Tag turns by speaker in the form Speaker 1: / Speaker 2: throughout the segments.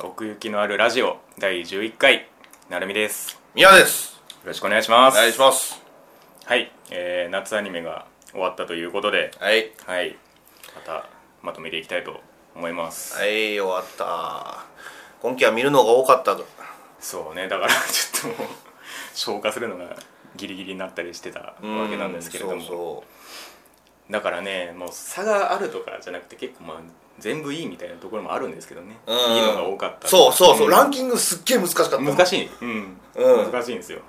Speaker 1: 奥行きのあるラジオ第11回なるみですよ
Speaker 2: 宮です
Speaker 1: ろしくお願いしま
Speaker 2: お
Speaker 1: す
Speaker 2: 願いします
Speaker 1: はい、えー、夏アニメが終わったということで
Speaker 2: はい
Speaker 1: はいまたまとめていきたいと思います、
Speaker 2: はい終わった今期は見るのが多かったが
Speaker 1: そうねだから ちょっともう消化するのがギリギリになったりしてたわけなんですけれども、
Speaker 2: うんそ
Speaker 1: だからねもう差があるとかじゃなくて結構まあ全部いいみたいなところもあるんですけどね、
Speaker 2: うそう
Speaker 1: いいのが多かった
Speaker 2: そうそうそう、
Speaker 1: ん
Speaker 2: ランキングすっげえ難しかった
Speaker 1: 難しい、うん
Speaker 2: うん
Speaker 1: 難しいんですよ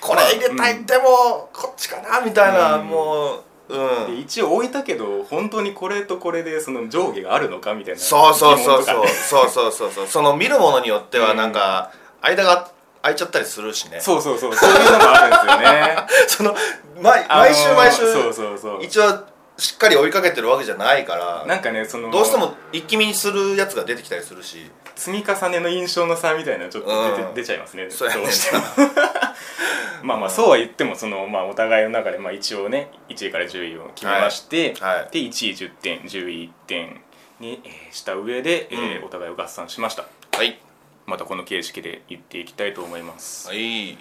Speaker 2: これ入れたい、でもこっちかなみたいな、
Speaker 1: うん
Speaker 2: もうう
Speaker 1: で
Speaker 2: ん
Speaker 1: 一応置いたけど本当にこれとこれでその上下があるのかみたいな
Speaker 2: そうそうそう
Speaker 1: 疑
Speaker 2: そ
Speaker 1: 問
Speaker 2: う
Speaker 1: とか
Speaker 2: そうそうそうそうその見るものによって
Speaker 1: う
Speaker 2: は
Speaker 1: ん
Speaker 2: なんか、間が空いちゃったりするしね
Speaker 1: そうそうそうそういうのもあるんですよね
Speaker 2: その毎
Speaker 1: あのー
Speaker 2: 毎週毎週
Speaker 1: そうそうそう
Speaker 2: 一応しっかり追いかけてるわけじゃないから
Speaker 1: なんかねその
Speaker 2: どうしても一気見にするやつが出てきたりするし
Speaker 1: 積み重ねの印象の差みたいなのちょっと出て、
Speaker 2: うん
Speaker 1: 出ちゃいますね
Speaker 2: そうやね
Speaker 1: ど
Speaker 2: ん
Speaker 1: うしてもまあまあそうは言ってもその、まあ、お互いの中で、まあ、一応ね1位から10位を決めまして、
Speaker 2: はいはい
Speaker 1: で1位10点10位1点にえーした上で、えー
Speaker 2: うん
Speaker 1: お互いを合算しました
Speaker 2: はい
Speaker 1: またこの形式で言っていきたいと思います、
Speaker 2: はい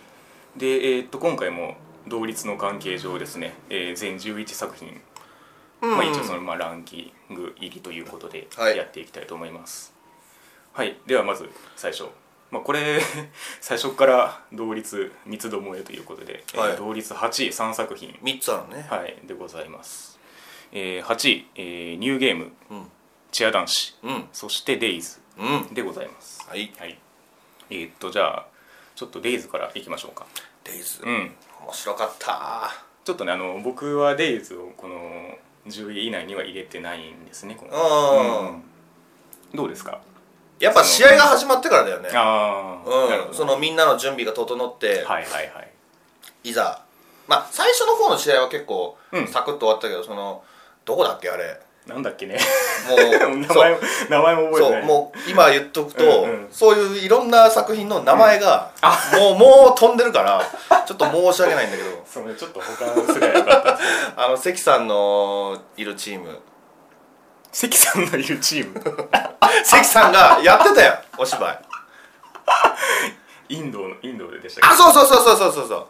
Speaker 1: で、えーっと今回も同率の関係上ですね、えー全11作品、
Speaker 2: うん
Speaker 1: まあ、一応その、まあ、ランキング入りということで
Speaker 2: はい
Speaker 1: やっていきたいと思いますはい、ではまず最初、まあ、これ 最初から同率三つどもえということで、えー
Speaker 2: はい
Speaker 1: 同率8位3作品、
Speaker 2: 3つあるね、
Speaker 1: はい、でございます、えー8位、えーニューゲーム
Speaker 2: うん
Speaker 1: チア男子
Speaker 2: うん
Speaker 1: そしてデイズ
Speaker 2: うん
Speaker 1: でございます
Speaker 2: はい
Speaker 1: はいえーっとじゃあちょっとデイズからいきましょうか
Speaker 2: デイズ、
Speaker 1: うん
Speaker 2: 面白かった
Speaker 1: ちょっとねあの僕はデイズをこの10位以内には入れてないんですねこの
Speaker 2: うん
Speaker 1: どうですか
Speaker 2: やっぱ試合が始まってからだよね
Speaker 1: ああ、なるほ
Speaker 2: う
Speaker 1: ど
Speaker 2: んそのみんなの準備が整って、
Speaker 1: はいはいはい
Speaker 2: い、ざまあ最初の方の試合は結構
Speaker 1: うん
Speaker 2: サクッと終わったけど、そのどこだっけあれ
Speaker 1: なんだっけね
Speaker 2: も
Speaker 1: 名
Speaker 2: う
Speaker 1: 前
Speaker 2: そう
Speaker 1: も名前も覚えて
Speaker 2: そ
Speaker 1: な
Speaker 2: う
Speaker 1: い
Speaker 2: もう今言っとくと
Speaker 1: うんうん
Speaker 2: そういういろんな作品の名前が、もうもう飛んでるからちょっと申し訳ないんだ けど
Speaker 1: そうねちょっと他すりゃよかったんです
Speaker 2: あの関さんのいるチーム
Speaker 1: けど関さんのいるチーム
Speaker 2: 関さんがやってたよ お芝居
Speaker 1: インドのインドでしたっ
Speaker 2: あそうそうそうそうそうそうそう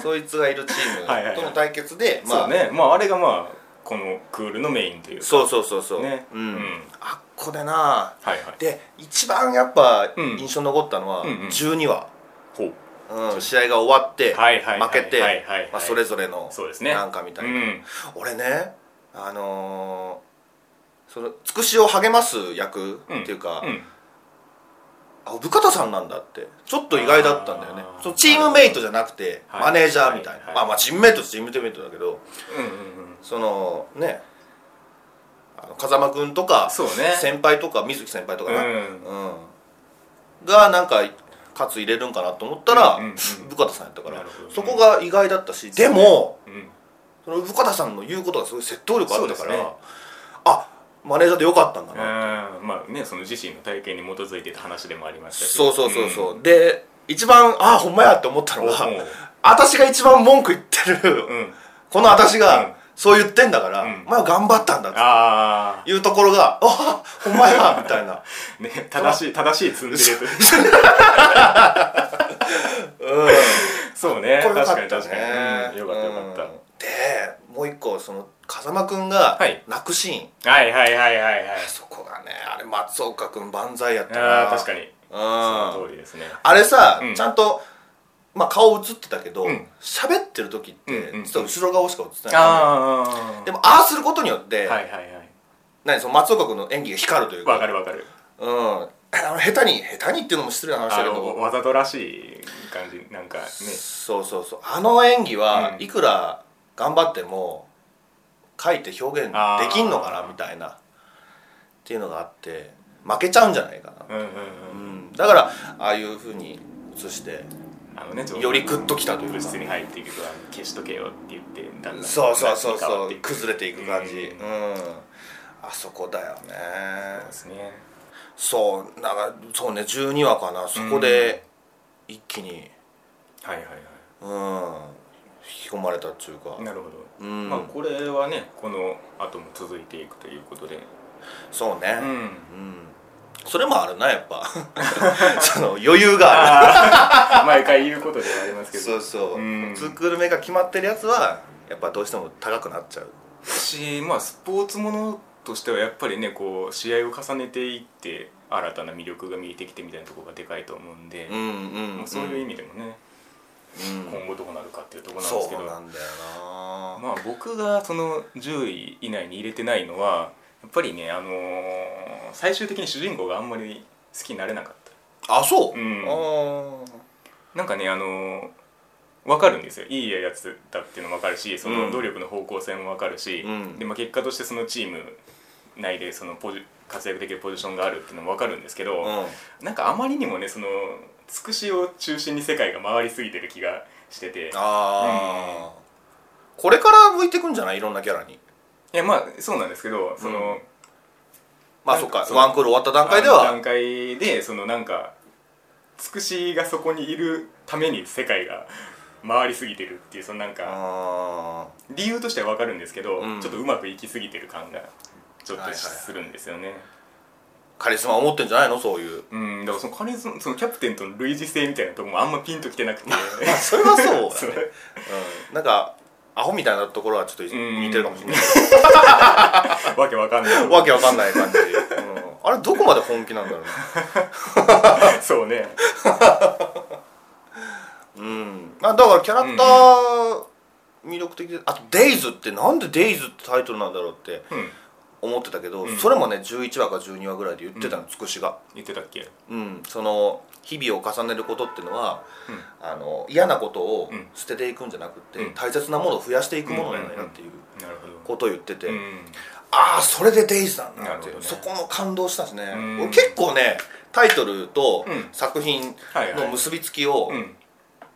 Speaker 2: そいつがいるチ
Speaker 1: はいはいは
Speaker 2: ー
Speaker 1: い
Speaker 2: ムとの対決で
Speaker 1: け、
Speaker 2: ま
Speaker 1: そ
Speaker 2: あ
Speaker 1: うねまああれがまあこのクールのメインというか
Speaker 2: そうそうそうそう
Speaker 1: ね
Speaker 2: う
Speaker 1: うんん
Speaker 2: あっこでな
Speaker 1: はいはい
Speaker 2: で一番やっぱ
Speaker 1: うん
Speaker 2: 印象に残ったのは
Speaker 1: うんうん
Speaker 2: 12話
Speaker 1: ほう
Speaker 2: うん試合が終わって
Speaker 1: はいはいはい
Speaker 2: 負け
Speaker 1: はいはいはい
Speaker 2: てまあそれぞれの
Speaker 1: そうですね
Speaker 2: なんかみたいうなん俺ねあのーそのつくしを励ます役っていうか
Speaker 1: うん
Speaker 2: あ生方さんなんだってちょっと意外だったんだよね
Speaker 1: あー
Speaker 2: そのチームメイトじゃなくて
Speaker 1: はい
Speaker 2: マネージャーみたい
Speaker 1: はいは
Speaker 2: ないまあまあチームメイトっちゃチームメイトだけど
Speaker 1: うんうんうん
Speaker 2: そのねあの風間君とか
Speaker 1: そうね
Speaker 2: 先輩とか水木先輩とかな
Speaker 1: うん
Speaker 2: うんがなんか勝つ入れるんかなと思ったら
Speaker 1: うんうんうん
Speaker 2: 生方さんやったから
Speaker 1: なるほど
Speaker 2: そこが意外だったしでも
Speaker 1: うん
Speaker 2: その生方さんの言うことがすごい説得力あった
Speaker 1: そ
Speaker 2: か
Speaker 1: うですね
Speaker 2: らあマネージャーでよかったんだな
Speaker 1: あーまあねその自身の体験に基づいてた話でもありました
Speaker 2: そうそうそうそううで一番あほんまやって思ったの
Speaker 1: んお
Speaker 2: が私が一番文句言ってる
Speaker 1: おううん
Speaker 2: この私
Speaker 1: うん
Speaker 2: がそう言ってんだから
Speaker 1: うん
Speaker 2: お前は頑張ったんだって
Speaker 1: あ
Speaker 2: いうところがあほんまやみたいな
Speaker 1: あね正しい正しいツンデレという
Speaker 2: う ん
Speaker 1: そうね
Speaker 2: これ
Speaker 1: 確
Speaker 2: 良か
Speaker 1: か
Speaker 2: っ
Speaker 1: に
Speaker 2: た
Speaker 1: 確かに、
Speaker 2: ね
Speaker 1: うん、よかったよかった、
Speaker 2: うんでもう一個その風間くんが
Speaker 1: はい
Speaker 2: 泣くシーン、
Speaker 1: はいはいはいはいはい
Speaker 2: そこがねあれ松岡くん万歳やった
Speaker 1: ああ確かにその
Speaker 2: に
Speaker 1: 通りですね
Speaker 2: あれさ、
Speaker 1: うん
Speaker 2: ちゃんとまあ顔映ってたけど
Speaker 1: うん
Speaker 2: 喋、ってる時って、
Speaker 1: うんうんうん
Speaker 2: 実は後ろ顔しか映ってない
Speaker 1: ああ
Speaker 2: で
Speaker 1: も
Speaker 2: もああすることによって、
Speaker 1: はいはいはい
Speaker 2: 何その松岡くんの演技が光るというか
Speaker 1: わかるわかる
Speaker 2: うん、あの下手に下手にっていうのも失礼な話
Speaker 1: あ
Speaker 2: だけ
Speaker 1: の
Speaker 2: ど
Speaker 1: わざとらしい感じなんかね
Speaker 2: そうそうそうあの演技は
Speaker 1: うん
Speaker 2: いくら頑張っても書いて表現できんのかなみたいなっていうのがあって負けちゃうんじゃないかな、
Speaker 1: うんうん
Speaker 2: う
Speaker 1: うん
Speaker 2: ん、だからああいうふうに映して
Speaker 1: あのねちょっと
Speaker 2: よりグッときたというか
Speaker 1: 物質に入っていくから消しとけよって言ってだんだん
Speaker 2: そうそうそう
Speaker 1: 変わ
Speaker 2: そ
Speaker 1: っ
Speaker 2: う
Speaker 1: ていく
Speaker 2: 崩れていく感じ
Speaker 1: う
Speaker 2: うんんあそこだよね
Speaker 1: そうですね
Speaker 2: そうなんかそうね12話かなそこで一気に
Speaker 1: はいはいは
Speaker 2: うん引き込まれたっていうか
Speaker 1: いなるほど
Speaker 2: うん
Speaker 1: まあこれはねこの後も続いていくということで
Speaker 2: そうね
Speaker 1: うん
Speaker 2: うんそれもあるなやっぱ その余裕があ
Speaker 1: あー毎回言うことではありますけ
Speaker 2: る
Speaker 1: ど
Speaker 2: そうそ
Speaker 1: う
Speaker 2: う
Speaker 1: ん
Speaker 2: ツークール目が決まってるやつはやっぱどうしても高くなっちゃう
Speaker 1: し、まあ、スポーツものとしてはやっぱりねこう試合を重ねていって新たな魅力が見えてきてみたいなところがでかいと思うんで、
Speaker 2: うんうん、
Speaker 1: まあ、そういう意味でもね、
Speaker 2: うん
Speaker 1: 今後どうなるかっていうところなんです
Speaker 2: そ
Speaker 1: けど
Speaker 2: うなんだよな
Speaker 1: まあ、僕がその10位以内に入れてないのはやっぱりね、あのー最終的に主人公があんまり好きになれなかった
Speaker 2: あそう、
Speaker 1: うん
Speaker 2: あー
Speaker 1: なんかねあの分かるんですよいいやつだっていうのも分かるしそうの
Speaker 2: ん
Speaker 1: 努力の方向性も分かるし、
Speaker 2: うん
Speaker 1: でまあ、結果としてそのチーム内でそのポジ活躍できるポジションがあるっていうのも分かるんですけど、
Speaker 2: うん
Speaker 1: なんかあまりにもねそのつくしを中心に世界が回りすぎてる気がしてて
Speaker 2: ああ、これから向いてくんじゃないいろんなキャラに
Speaker 1: いやまあそうなんですけどその、
Speaker 2: うんまあ
Speaker 1: なん
Speaker 2: そっ
Speaker 1: か
Speaker 2: か
Speaker 1: そう
Speaker 2: ワンクール終わった段階で
Speaker 1: あの段
Speaker 2: は
Speaker 1: 階でそのなんかつくしがそこにいるために世界が回りすぎてるっていうそのなんか
Speaker 2: あ
Speaker 1: 理由としては分かるんですけど、
Speaker 2: うん
Speaker 1: ちょっとうまくいきすぎてる感がちょっ
Speaker 2: は
Speaker 1: と
Speaker 2: いはいはい
Speaker 1: するんですよね、
Speaker 2: ーカリスマ思ってんじゃないのそういう
Speaker 1: うんだからその彼そのキャプテンとの類似性みたいなとこもあんまピンときてなくて
Speaker 2: ま あそれ はそうだね
Speaker 1: そう
Speaker 2: うん、なんかアホみたいなところはちょっと
Speaker 1: ん
Speaker 2: 似てるかもしれない
Speaker 1: わけわかんない
Speaker 2: わけわかんない感じ、うん、あれどこまで本気なんだろうね
Speaker 1: そうね
Speaker 2: うんまあだからキャラクター魅力的で、あと「デイズってなんで「デイズってタイトルなんだろうって
Speaker 1: うん
Speaker 2: 思ってたけど、
Speaker 1: うん
Speaker 2: それもね11話か12話ぐらいで言ってたの、つくしが
Speaker 1: 言ってたっけ
Speaker 2: うん、その日々を重ねることっていうのは、
Speaker 1: うん
Speaker 2: あの嫌なことを
Speaker 1: うん
Speaker 2: 捨てていくんじゃなくて、
Speaker 1: うん
Speaker 2: 大切なものを増やしていくものなんだなっていう
Speaker 1: なるほ
Speaker 2: ことを言ってて、
Speaker 1: どうん
Speaker 2: ああそれでデイズなんだ
Speaker 1: なる
Speaker 2: っ
Speaker 1: ほ
Speaker 2: てい
Speaker 1: ど
Speaker 2: う、
Speaker 1: ね
Speaker 2: そこも感動したんですね、
Speaker 1: うん
Speaker 2: 俺結構ねタイトルと
Speaker 1: うん
Speaker 2: 作品
Speaker 1: はいはい
Speaker 2: の結びつきを
Speaker 1: うん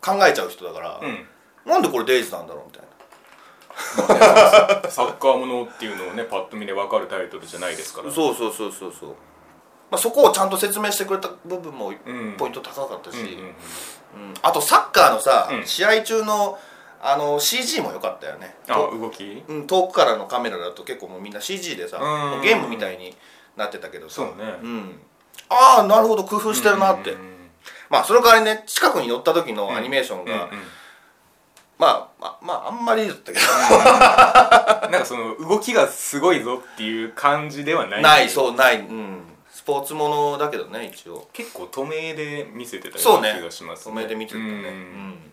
Speaker 2: 考えちゃう人だから、
Speaker 1: うん
Speaker 2: なんでこれデイズなんだろうみたいな
Speaker 1: サッカーものっていうのをねパッと見で分かるタイトルじゃないですから
Speaker 2: そうそうそうそうそう、まあ、そこをちゃんと説明してくれた部分も
Speaker 1: ん
Speaker 2: ポイント高かったし、
Speaker 1: うんうんうん
Speaker 2: うんあとサッカーのさ、
Speaker 1: うん
Speaker 2: 試合中のあの CG も良かったよね
Speaker 1: あ
Speaker 2: と
Speaker 1: 動き
Speaker 2: うん、遠くからのカメラだと結構もうみんな CG でさ
Speaker 1: うん
Speaker 2: もうゲームみたいになってたけどさ
Speaker 1: そうね
Speaker 2: ん、ああなるほど工夫してるなって、
Speaker 1: うんうんうん
Speaker 2: まあその代わりね近くに寄った時のアニメーションが、
Speaker 1: うんうん
Speaker 2: まあまあまああんまりだったけど
Speaker 1: なんかその動きがすごいぞっていう感じではない
Speaker 2: ないそうない、うん、スポーツものだけどね一応
Speaker 1: 結構透明で見せてたよ
Speaker 2: そうう
Speaker 1: な
Speaker 2: ね
Speaker 1: 気がします
Speaker 2: 透明で見てたね、
Speaker 1: う
Speaker 2: うん
Speaker 1: ん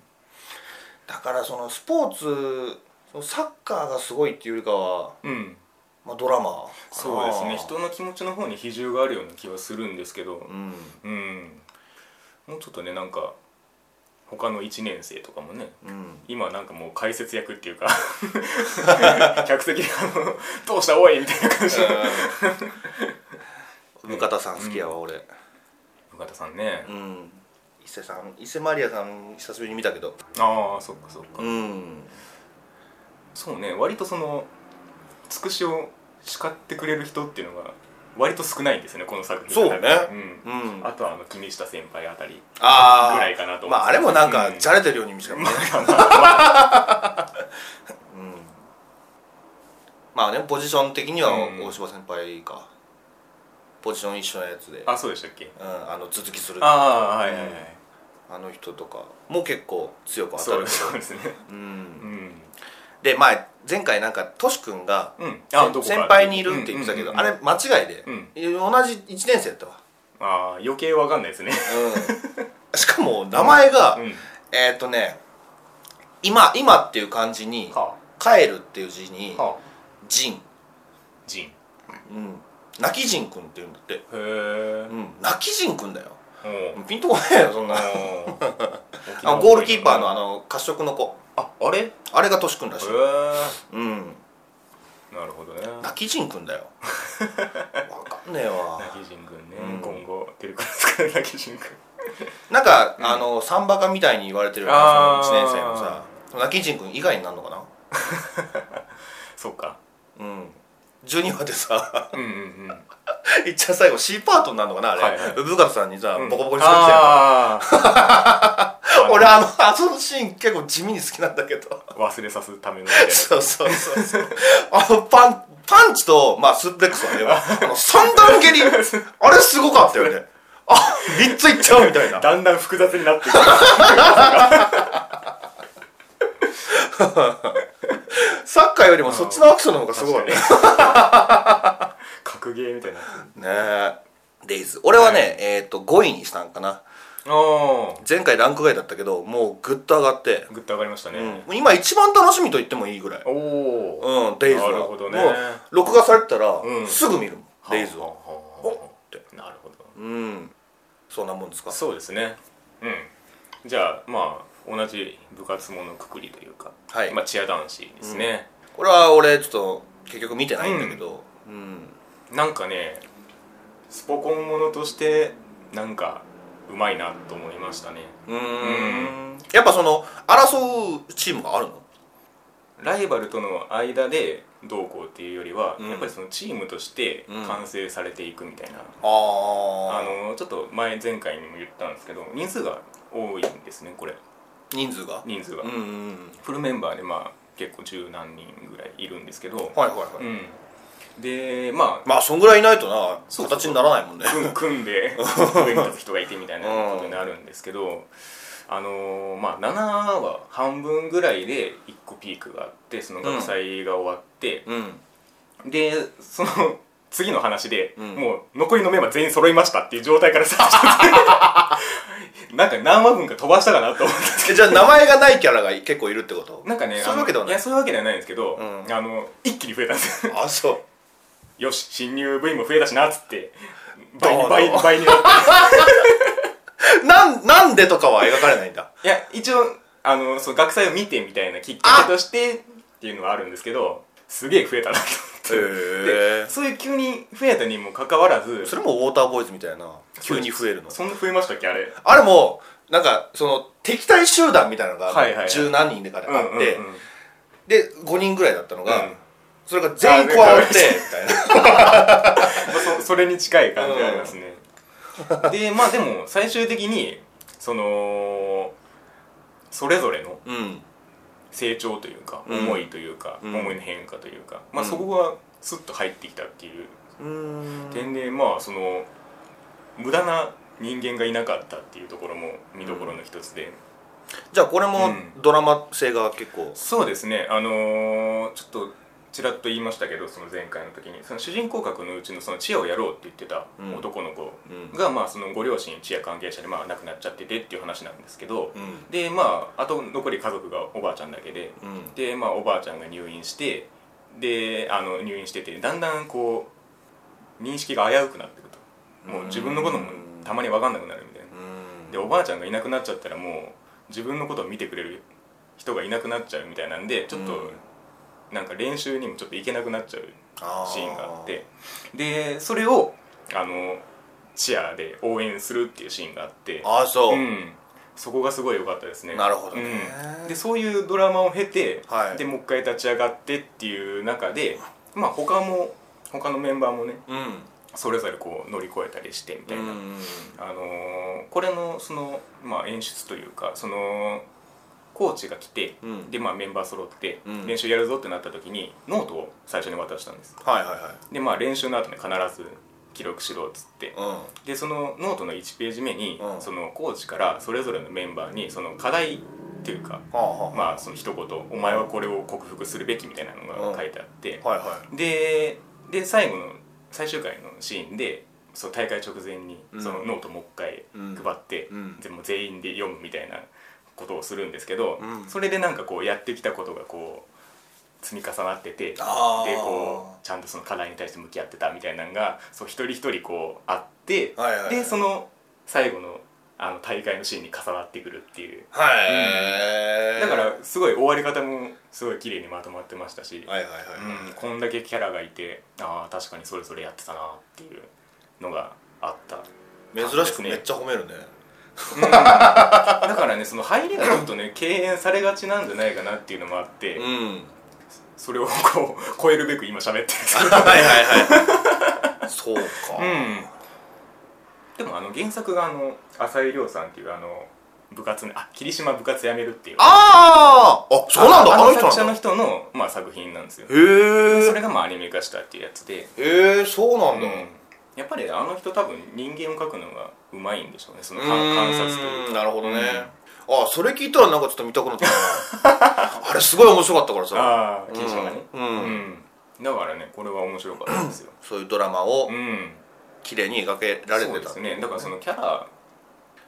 Speaker 2: だからそのスポーツそのサッカーがすごいっていうよりかは、
Speaker 1: うん
Speaker 2: まあ、ドラマかな
Speaker 1: そうですね人の気持ちの方に比重があるような気はするんですけど
Speaker 2: うん
Speaker 1: うんもうちょっとねなんか他の1年生とかもね
Speaker 2: うん
Speaker 1: 今なんかもう解説役っていう か客席であの「どうしたおい!」みたいな感じの
Speaker 2: うん、向田さん好きやわ俺
Speaker 1: 尾形さんね
Speaker 2: うん、伊勢さん伊勢マリアさん久しぶりに見たけど
Speaker 1: ああそっかそっか
Speaker 2: うん
Speaker 1: そうね割とそのつくしを叱ってくれる人っていうのが割と少ないんですよねこの作品
Speaker 2: そうね
Speaker 1: うん
Speaker 2: うん
Speaker 1: あとはあの木下先輩あた り
Speaker 2: ああ
Speaker 1: ぐらいかなと思うんですけど
Speaker 2: まああれもなんか、
Speaker 1: うん
Speaker 2: じゃれてるように見 せるね、うん、まあねポジション的には
Speaker 1: うん
Speaker 2: 大柴先輩か、ポジション一緒のやつで、うん、
Speaker 1: あそうでしたっけ
Speaker 2: あの続きする
Speaker 1: あ
Speaker 2: あ
Speaker 1: あはいはいはい、
Speaker 2: の人とかも結構強く当た
Speaker 1: そう
Speaker 2: る
Speaker 1: そうですね
Speaker 2: うん
Speaker 1: うん、
Speaker 2: で前前回なんかトシ君が
Speaker 1: うん、
Speaker 2: 先先輩にいるって言ってたけど、
Speaker 1: うんうんうんうん
Speaker 2: あれ間違いで、
Speaker 1: うん
Speaker 2: 同じ1年生だったわ、
Speaker 1: ああ余計わかんないですね
Speaker 2: うん、しかも名前が、
Speaker 1: うん
Speaker 2: えーっとね今今っていう感じに
Speaker 1: は
Speaker 2: 「帰る」っていう字に
Speaker 1: あはあ
Speaker 2: 「仁
Speaker 1: ジンへ」
Speaker 2: うん「泣き仁くん」っていうんだって、
Speaker 1: え、
Speaker 2: う、
Speaker 1: うん
Speaker 2: 泣き仁くんだよ
Speaker 1: ん、
Speaker 2: ピンとこないよ そんなあのゴールキーパーのあの褐色の子
Speaker 1: ああれへ
Speaker 2: あれがトシ君ら
Speaker 1: え
Speaker 2: しい、うん
Speaker 1: なるほどね
Speaker 2: 泣き仁く んだよわかんねえわ
Speaker 1: 泣き人軍ね、
Speaker 2: うん
Speaker 1: 今後出るからですから泣き人軍
Speaker 2: なんか、あの三バカみたいに言われてるよね
Speaker 1: あー
Speaker 2: その1年生のさ泣き仁君以外になるのか
Speaker 1: そうか
Speaker 2: なうん12話でさ
Speaker 1: うんうんうんはい
Speaker 2: いっちゃん最後 C パートになるのかなあれ、
Speaker 1: はいはい
Speaker 2: 部下さんにさ、
Speaker 1: うん
Speaker 2: ボコボコにされてたよ
Speaker 1: あ
Speaker 2: 俺あのあのシーン結構地味に好きなんだけど
Speaker 1: 忘れさすためのみたいな
Speaker 2: そうそうそうそうあのパンパンチと、まあ、スープレックス はねあの三段蹴りあれすごかったよねあ三ついっちゃうみたいな
Speaker 1: だんだん複雑にな っていく
Speaker 2: サッカーよりもそっちのアクションの方がすごいね
Speaker 1: 確かに格ゲーみたいな
Speaker 2: ねえデイズ俺はね、えっ、と5位にしたんかな
Speaker 1: ああ
Speaker 2: 前回ランク外だったけどもうグッと上がって、
Speaker 1: グッと上がりましたね、
Speaker 2: うん、今一番楽しみと言ってもいいぐらい
Speaker 1: おお、
Speaker 2: うんデイズは
Speaker 1: なるほどね
Speaker 2: もう録画されてたら、
Speaker 1: うん
Speaker 2: すぐ見るもんデイズ
Speaker 1: は
Speaker 2: を
Speaker 1: あはあ
Speaker 2: お
Speaker 1: は
Speaker 2: っって
Speaker 1: あなるほど
Speaker 2: うんそんなもんですか
Speaker 1: そうですねうんじゃあまあ同じ部活ものくくりというか、
Speaker 2: はい
Speaker 1: まあ、チア男子ですね、
Speaker 2: これは俺ちょっと結局見てないんだけどうん、
Speaker 1: なんかねスポコンものとしてなんかうまいなと思いましたね
Speaker 2: うーんやっぱその争うチームがあるの
Speaker 1: ライバルとの間でどうこうっていうよりは、
Speaker 2: うん
Speaker 1: やっぱりそのチームとして
Speaker 2: うん
Speaker 1: 完成されていくみたいな、あ
Speaker 2: ああ
Speaker 1: のちょっと前前回にも言ったんですけど人数が多いんですねこれ
Speaker 2: 人数が
Speaker 1: 人数が、
Speaker 2: うんうんうん
Speaker 1: フルメンバーでまあ結構十何人ぐらいいるんですけど、
Speaker 2: はいはいはい、
Speaker 1: うん、でまあ
Speaker 2: まあそんぐらいいないとな
Speaker 1: そうそう
Speaker 2: 形にならないもんね
Speaker 1: 組組んで上に立つ人がいてみたいなことになるんですけど、あのーまあ、7は半分ぐらいで1個ピークがあってその学祭が終わって、
Speaker 2: うん
Speaker 1: でその次の話で、
Speaker 2: うん
Speaker 1: もう残りのメンバー全員揃いましたっていう状態からスタートしてなんか何話分か飛ばしたかなと思って。
Speaker 2: えじゃあ名前がないキャラが結構いるってこと
Speaker 1: なんかね、
Speaker 2: そういうわけではない
Speaker 1: あのやそういうわけではないんですけど、
Speaker 2: うん
Speaker 1: あの一気に増えたんですよ
Speaker 2: あそう
Speaker 1: よし新入部員も増えたしなっつって倍
Speaker 2: どう
Speaker 1: に
Speaker 2: ぞ
Speaker 1: 倍に倍になって
Speaker 2: なんなんでとかは描かれないんだ
Speaker 1: いや一応あのそう学祭を見てみたいなきっかけとしてっていうのはあるんですけどすげえ増えたなと思って、
Speaker 2: へ
Speaker 1: でそういう急に増えたにもかかわらず
Speaker 2: それもウォーターボーイズみたいな急に増えるの
Speaker 1: そんな増えましたっけあれ
Speaker 2: あれもなんかその敵対集団みたいなの
Speaker 1: はいはいは
Speaker 2: が
Speaker 1: い
Speaker 2: 十何人でかであって、
Speaker 1: うんうんうん
Speaker 2: で5人ぐらいだったのが、
Speaker 1: うん
Speaker 2: それが全員加わってみたいな
Speaker 1: まあそそれに近い感じがあります ね、でまあでも最終的にそのそれぞれの
Speaker 2: うん
Speaker 1: 成長というか、
Speaker 2: うん
Speaker 1: 思いというか、
Speaker 2: うん
Speaker 1: 思いの変化というか、まあ、
Speaker 2: うん
Speaker 1: そこがスッと入ってきたっていう点で、まあその無駄な人間がいなかったっていうところも見どころの一つで、
Speaker 2: じゃあこれも
Speaker 1: うん
Speaker 2: ドラマ性が結構、
Speaker 1: そうですねあのーちょっとちらっと言いましたけどその前回の時にその主人公格のうちのそのチアをやろうって言ってた
Speaker 2: うん
Speaker 1: 男の子
Speaker 2: うん
Speaker 1: が、まあ、そのご両親チア関係者で、まあ、亡くなっちゃっててっていう話なんですけど、
Speaker 2: うん
Speaker 1: でまああと残り家族がおばあちゃんだけで、
Speaker 2: うん
Speaker 1: でまあおばあちゃんが入院してであの入院しててだんだんこう認識が危うくなってくともう自分のこともたまに分かんなくなるみたいなでおばあちゃんがいなくなっちゃったらもう自分のことを見てくれる人がいなくなっちゃうみたいなんでちょっと、なんか練習にもちょっと行けなくなっちゃうシーンがあってでそれをあのチアで応援するっていうシーンがあって
Speaker 2: あーあーそう、
Speaker 1: うん、そこがすごい良かったですね
Speaker 2: なるほどね
Speaker 1: うんでそういうドラマを経て、
Speaker 2: はい
Speaker 1: でもう一回立ち上がってっていう中でまあ他も他のメンバーもね
Speaker 2: うん
Speaker 1: それぞれこう乗り越えたりしてみたいな、
Speaker 2: うん
Speaker 1: あのーこれのその、まあ、演出というかそのコーチが来て、
Speaker 2: うん
Speaker 1: で、まあ、メンバー揃って
Speaker 2: うん
Speaker 1: 練習やるぞってなった時にノートを最初に渡したんです
Speaker 2: はいは
Speaker 1: でまあ練習の後に必ず記録しろっつって
Speaker 2: いは
Speaker 1: でそのノートの1ページ目に、
Speaker 2: うん
Speaker 1: そのコーチからそれぞれのメンバーにその課題っていうか、
Speaker 2: いうんはあは
Speaker 1: まあその一言「お前はこれを克服するべき」みたいなのが書いてあって
Speaker 2: あ、はいはい
Speaker 1: でで最後の最終回のシーンでその大会直前に
Speaker 2: うん
Speaker 1: そのノートもう一回
Speaker 2: うん
Speaker 1: 配って、
Speaker 2: うん
Speaker 1: 全部全員で読むみたいなことをするんですけど、
Speaker 2: うん
Speaker 1: それでなんかこうやってきたことがこう積み重なっててで
Speaker 2: あー
Speaker 1: こうちゃんとその課題に対して向き合ってたみたいなのがそう一人一人こうあって、
Speaker 2: はいはいはい
Speaker 1: でその最後のあの大会のシーンに重なってくるっていう。
Speaker 2: はい、
Speaker 1: だか
Speaker 2: は
Speaker 1: らすごい終わり方もすごい綺麗にまとまってましたし、
Speaker 2: いはいはい、
Speaker 1: うん、こんだけキャラがいてああ確かにそれぞれやってたなっていうのがあった
Speaker 2: 珍しくめっちゃ褒めるね
Speaker 1: だからねその入りがちょっとね敬遠されがちなんじゃないかなっていうのもあって、
Speaker 2: うん
Speaker 1: それをこう超えるべく今喋ってるんですけど
Speaker 2: はいはいはいそうか、
Speaker 1: うんでもあの原作があの浅井亮さんっていうあの部活ねあ霧島部活やめるっていう
Speaker 2: あーあそうなんだあの人
Speaker 1: 作者
Speaker 2: なんだ
Speaker 1: の人の、まあ、作品なんですよそ
Speaker 2: へ
Speaker 1: れがまあアニメ化したっていうやつで、
Speaker 2: えへえそうなんだ、
Speaker 1: やっぱりあの人多分人間を描くのがうまいんでしょうねその観
Speaker 2: うーん
Speaker 1: 観察というか
Speaker 2: なるほどね、あそれ聞いたらなんかちょっと見たくなった なあれすごい面白かったからさ
Speaker 1: ああ霧島がね
Speaker 2: うん
Speaker 1: うんだからねこれは面白かったんですよ
Speaker 2: そういうドラマを
Speaker 1: うん
Speaker 2: 綺麗に描けられてた
Speaker 1: そうですねだからそのキャラ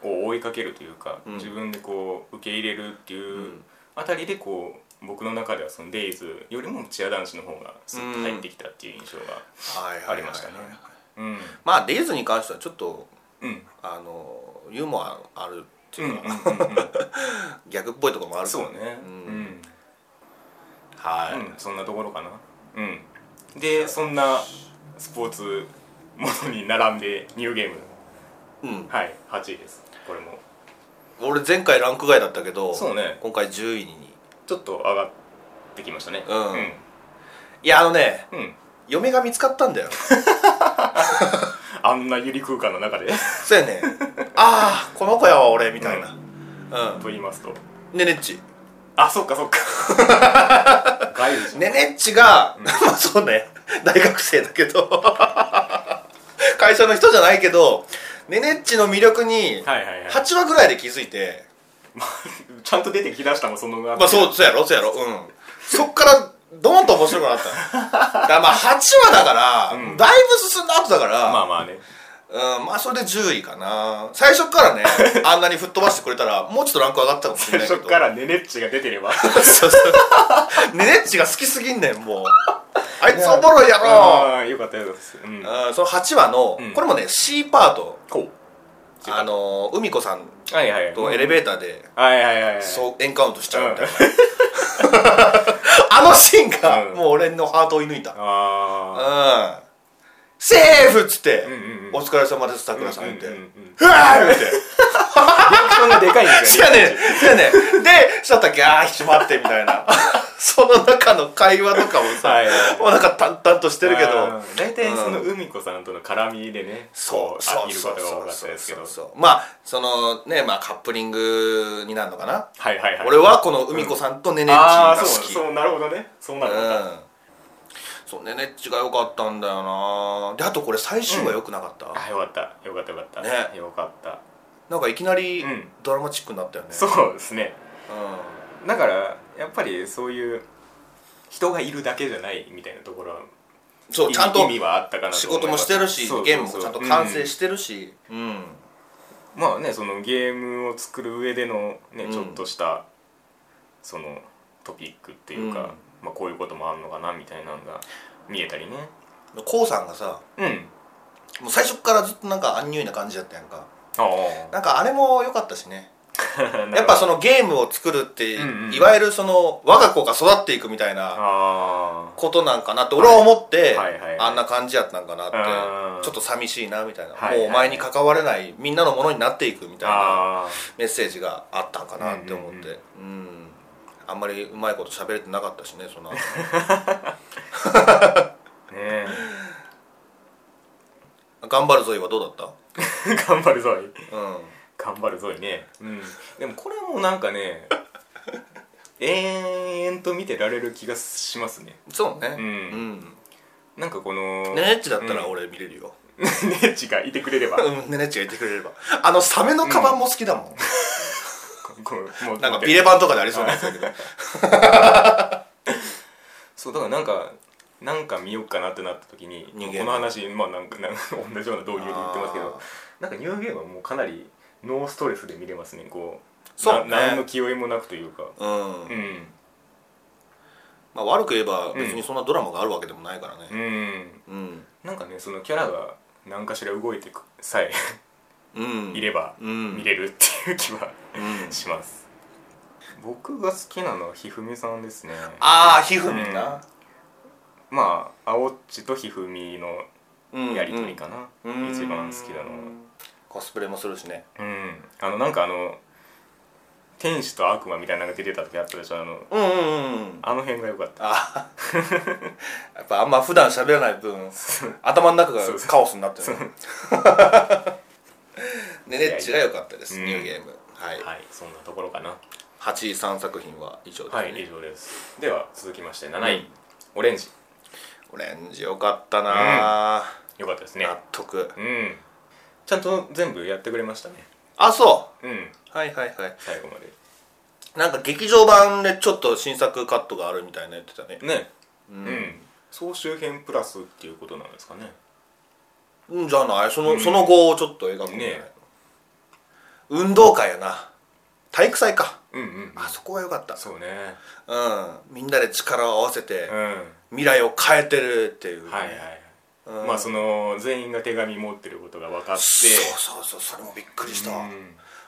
Speaker 1: を追いかけるというか、
Speaker 2: うん
Speaker 1: 自分でこう受け入れるっていううあたりでこう僕の中ではそのデイズよりもチア男子の方がスッと入ってきたっていう印象が
Speaker 2: はいはいはいはい
Speaker 1: ありましたねうん
Speaker 2: まあデイズに関してはちょっと
Speaker 1: うん
Speaker 2: あのユーモアあるって
Speaker 1: うんう
Speaker 2: い
Speaker 1: ん
Speaker 2: う
Speaker 1: うん
Speaker 2: か、 逆っぽいところも
Speaker 1: う
Speaker 2: あ
Speaker 1: ん
Speaker 2: るから
Speaker 1: そうね
Speaker 2: う
Speaker 1: うんん、
Speaker 2: はい、
Speaker 1: うん、そんなところかなうんでそんなスポーツものに並んでニューゲーム
Speaker 2: うん、
Speaker 1: はい8位ですこれも
Speaker 2: 俺前回ランク外だったけど
Speaker 1: そうね
Speaker 2: 今回10位に
Speaker 1: ちょっと上がってきましたね
Speaker 2: うんいやあのね
Speaker 1: うん、うん
Speaker 2: 嫁が見つかったんだよ
Speaker 1: あんなゆり空間の中で
Speaker 2: そうやねああこの子やわ俺みたいなうん、
Speaker 1: と言いますと
Speaker 2: ねねっち
Speaker 1: あそっかそっか外部
Speaker 2: ねねっちが、 まあそうね大学生だけど 会社の人じゃないけどねねっちの魅力に
Speaker 1: はいはいはい
Speaker 2: 8話ぐらいで気づいて、
Speaker 1: ちゃんと出てきだしたもんその後
Speaker 2: まあそうそうやろそうやろうんそっからドーンと面白くなったのだからまあ8話だから、
Speaker 1: うん
Speaker 2: だいぶ進んだ後だから
Speaker 1: まあまあね
Speaker 2: うん、まあそれで10位かな最初っから ねあんなに吹っ飛ばしてくれたらもうちょっとランク上がったかもしれ
Speaker 1: 最
Speaker 2: ないけ
Speaker 1: 初
Speaker 2: ど
Speaker 1: からネネッチが出てれば
Speaker 2: そうそうねねっちが好きすぎんねんもうあいつおもろいやろ
Speaker 1: ああよかったよかったですうん
Speaker 2: うんその8話の、
Speaker 1: うん
Speaker 2: これもね C パート
Speaker 1: こう
Speaker 2: あのー海子さん
Speaker 1: はいはい
Speaker 2: とエレベーターで、
Speaker 1: はいはいはいはい
Speaker 2: そうエンカウントしちゃうみたいな、 あのシーンが、
Speaker 1: うん
Speaker 2: もう俺のハートを追い抜いたうん
Speaker 1: ああ
Speaker 2: セーフっつって、
Speaker 1: うんうんうん
Speaker 2: お疲れ様ですさくらさん言って、う
Speaker 1: うんうん
Speaker 2: わーって
Speaker 1: そんなでかいん です
Speaker 2: 違うね違うねでしたっけああ引き締まってみたい なその中の会話とかもさ、
Speaker 1: はいはい
Speaker 2: もうなんか淡々としてるけ
Speaker 1: あ
Speaker 2: ど
Speaker 1: ー大体その海子さんとの絡みでね
Speaker 2: そう
Speaker 1: こ
Speaker 2: そう
Speaker 1: あいる
Speaker 2: そ
Speaker 1: こ
Speaker 2: う
Speaker 1: とが多かった
Speaker 2: そう
Speaker 1: ですけ
Speaker 2: そ
Speaker 1: ど
Speaker 2: うそうまあそのねまあカップリングになるのかな、
Speaker 1: はいはいはい
Speaker 2: 俺はこの海子さんとねねっち
Speaker 1: あ
Speaker 2: が
Speaker 1: あそ
Speaker 2: 好
Speaker 1: う
Speaker 2: き、
Speaker 1: そうなるほどねそうなるほど
Speaker 2: うんそうねねっちが良かったんだよなであとこれ最終話良くなかった、
Speaker 1: あよかったよかったよかった
Speaker 2: ね
Speaker 1: よかった
Speaker 2: なんかいきなり
Speaker 1: うん
Speaker 2: ドラマチックになったよね、
Speaker 1: そうですね
Speaker 2: う
Speaker 1: だからやっぱりそういう人がいるだけじゃないみたいなところは
Speaker 2: ん、そう
Speaker 1: 意味
Speaker 2: ちゃんと
Speaker 1: 意味はあったかなと
Speaker 2: 仕
Speaker 1: 思い
Speaker 2: 事
Speaker 1: ま
Speaker 2: も
Speaker 1: す
Speaker 2: してるし
Speaker 1: そうそうそう
Speaker 2: ゲームもちゃんと完成してるしうん、
Speaker 1: うんまあねそのゲームを作る上でのね
Speaker 2: うん
Speaker 1: ちょっとしたそのトピックっていうか、まあ、こういうこともあんのかなみたいなのが見えたりね
Speaker 2: こうさんがさ
Speaker 1: うん
Speaker 2: もう最初からずっとなんかアンニュイな感じだったやんか
Speaker 1: あ
Speaker 2: なんかあれも良かったしね
Speaker 1: あ
Speaker 2: やっぱそのゲームを作るって、
Speaker 1: うんうん
Speaker 2: いわゆるその我が子が育っていくみたいな
Speaker 1: あ
Speaker 2: ことなんかなって俺は思って、
Speaker 1: はいはいはい
Speaker 2: あんな感じやったんかなって
Speaker 1: うん
Speaker 2: ちょっと寂しいなみたいな、
Speaker 1: はいはい
Speaker 2: もうお前に関われないみんなのものになっていくみ
Speaker 1: あ
Speaker 2: たいな
Speaker 1: ああ
Speaker 2: メッセージがあったんかなって思ってうんあんまりうまいこと喋れてなかったしねその後
Speaker 1: ねえ
Speaker 2: 頑張るぞいはどうだっ
Speaker 1: 頑張るぞい
Speaker 2: たうん
Speaker 1: 頑張るぞいね、うん、でもこれもなんかね延々と見てられる気がしますね
Speaker 2: そうね
Speaker 1: う
Speaker 2: うんん
Speaker 1: なんかこの
Speaker 2: ねねっちだったら
Speaker 1: うん
Speaker 2: 俺見れるよ、
Speaker 1: ネッチがいてくれれば
Speaker 2: うん、ねねっちが言ってくれればあのサメのカバンも好きだもん、
Speaker 1: こうもう
Speaker 2: なんかビレバンとかでありそうなやつだけど
Speaker 1: そうだからなんかなんか見ようかなってなった時に
Speaker 2: ニューゲーム
Speaker 1: この話まあなんかなんか同じような導入で言ってますけどなんかニューゲームはもうかなりノーストレスで見れますねこう
Speaker 2: そうね
Speaker 1: な何の気負いもなくというか
Speaker 2: あー
Speaker 1: うん
Speaker 2: う
Speaker 1: ん
Speaker 2: まあ、悪く言えば別にそんなドラマがあるわけでもないから
Speaker 1: う
Speaker 2: ね
Speaker 1: ん
Speaker 2: うん
Speaker 1: なんかねそのキャラが何かしら動いてくさえ
Speaker 2: うん
Speaker 1: いれば
Speaker 2: うん
Speaker 1: 見れるっていう気は
Speaker 2: うん
Speaker 1: します僕が好きなのはひふみさんですね
Speaker 2: ああひふみんな
Speaker 1: まあ青っちとひふみの
Speaker 2: うん
Speaker 1: やりとりかな、
Speaker 2: うん
Speaker 1: 一番好きなのは
Speaker 2: コスプレもするしね
Speaker 1: うん、あのなんかあの天使と悪魔みたいなのが出てた時あったでしょあの
Speaker 2: うんうんうんうん
Speaker 1: あの辺が良かった
Speaker 2: あーやっぱあんま普段喋らない分頭の中が カオスになってるねねっちが良かったです
Speaker 1: うん
Speaker 2: ニューゲームはい
Speaker 1: はい、そんなところかな
Speaker 2: 8位3作品は以上ですね、
Speaker 1: はい以上ですでは続きまして7位、
Speaker 2: うん
Speaker 1: オレンジ
Speaker 2: オレンジよかったな、
Speaker 1: よかったですね
Speaker 2: 納得
Speaker 1: うんちゃんと全部やってくれましたね
Speaker 2: あそ
Speaker 1: うん
Speaker 2: うはいはいはい
Speaker 1: 最後まで
Speaker 2: なんか劇場版でちょっと新作カットがあるみたいな言ってたね
Speaker 1: ね
Speaker 2: う
Speaker 1: うん、
Speaker 2: ん、
Speaker 1: 総集編プラスっていうことなんですかね
Speaker 2: うん、じゃないその,、
Speaker 1: うん
Speaker 2: その後をちょっと描くんじゃない、
Speaker 1: ね
Speaker 2: 運動会やな体育祭か
Speaker 1: うんうん
Speaker 2: あそこが良かった
Speaker 1: そうね
Speaker 2: うんみんなで力を合わせて、
Speaker 1: うん
Speaker 2: 未来を変えてるっていうね、
Speaker 1: はいはい、
Speaker 2: うん
Speaker 1: まあその全員が手紙持ってることが分かって
Speaker 2: そうそうそうそれもびっくりした、
Speaker 1: うん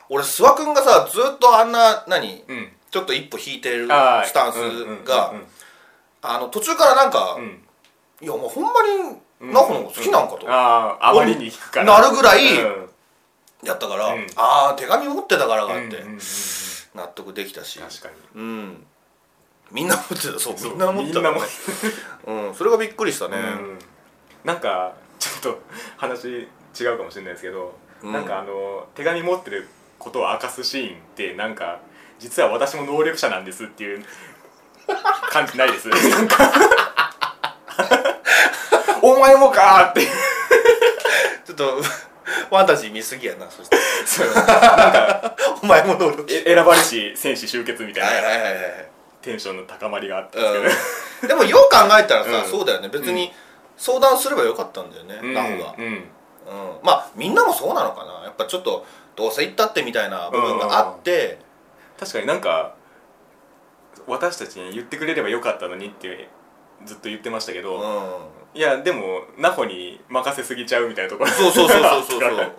Speaker 2: 俺諏訪君がさずっとあんな何
Speaker 1: うん
Speaker 2: ちょっと一歩引いてる
Speaker 1: あー
Speaker 2: スタンス
Speaker 1: うん
Speaker 2: があの途中からなんか、
Speaker 1: うんうんうん
Speaker 2: いやもうほんま
Speaker 1: うん
Speaker 2: にナホのこと好きなんかと、
Speaker 1: あああまりに引くから
Speaker 2: なるぐらい
Speaker 1: うん
Speaker 2: やったから、
Speaker 1: うん
Speaker 2: ああ手紙持ってたからがあって、
Speaker 1: うんうんうんうん
Speaker 2: 納得できたし
Speaker 1: 確かに
Speaker 2: うんみんな持ってたそう
Speaker 1: そう
Speaker 2: みんな持ってた
Speaker 1: みんな持っ
Speaker 2: うん、それがびっくりした
Speaker 1: う
Speaker 2: ね、
Speaker 1: んなんかちょっと話違うかもしれないですけど、
Speaker 2: うん
Speaker 1: なんかあの手紙持ってることを明かすシーンってなんか実は私も能力者なんですっていう感じ ないですなんか お前もかーって
Speaker 2: ちょっと ファンタジー見すぎやなそして
Speaker 1: そうなんか
Speaker 2: お前も能力
Speaker 1: え選ばれし戦士集結みた
Speaker 2: はいい
Speaker 1: な
Speaker 2: はいはいはい
Speaker 1: テンションの高まりがあったんです
Speaker 2: うん、でもよう考えたらさ、
Speaker 1: うん
Speaker 2: そうだよね別に相談すればよかったんだよね、
Speaker 1: けど、
Speaker 2: ナホが、
Speaker 1: うんうん
Speaker 2: うんまあみんなもそうなのかなやっぱちょっとどうせ行ったってみたいな部分があって、
Speaker 1: 確かになんか私たちに言ってくれればよかったのにってずっと言ってましたけど、
Speaker 2: うん
Speaker 1: いやでもナホに任せすぎちゃうみたいなところ
Speaker 2: そうそうそうそ うそうそ
Speaker 1: あったから
Speaker 2: う、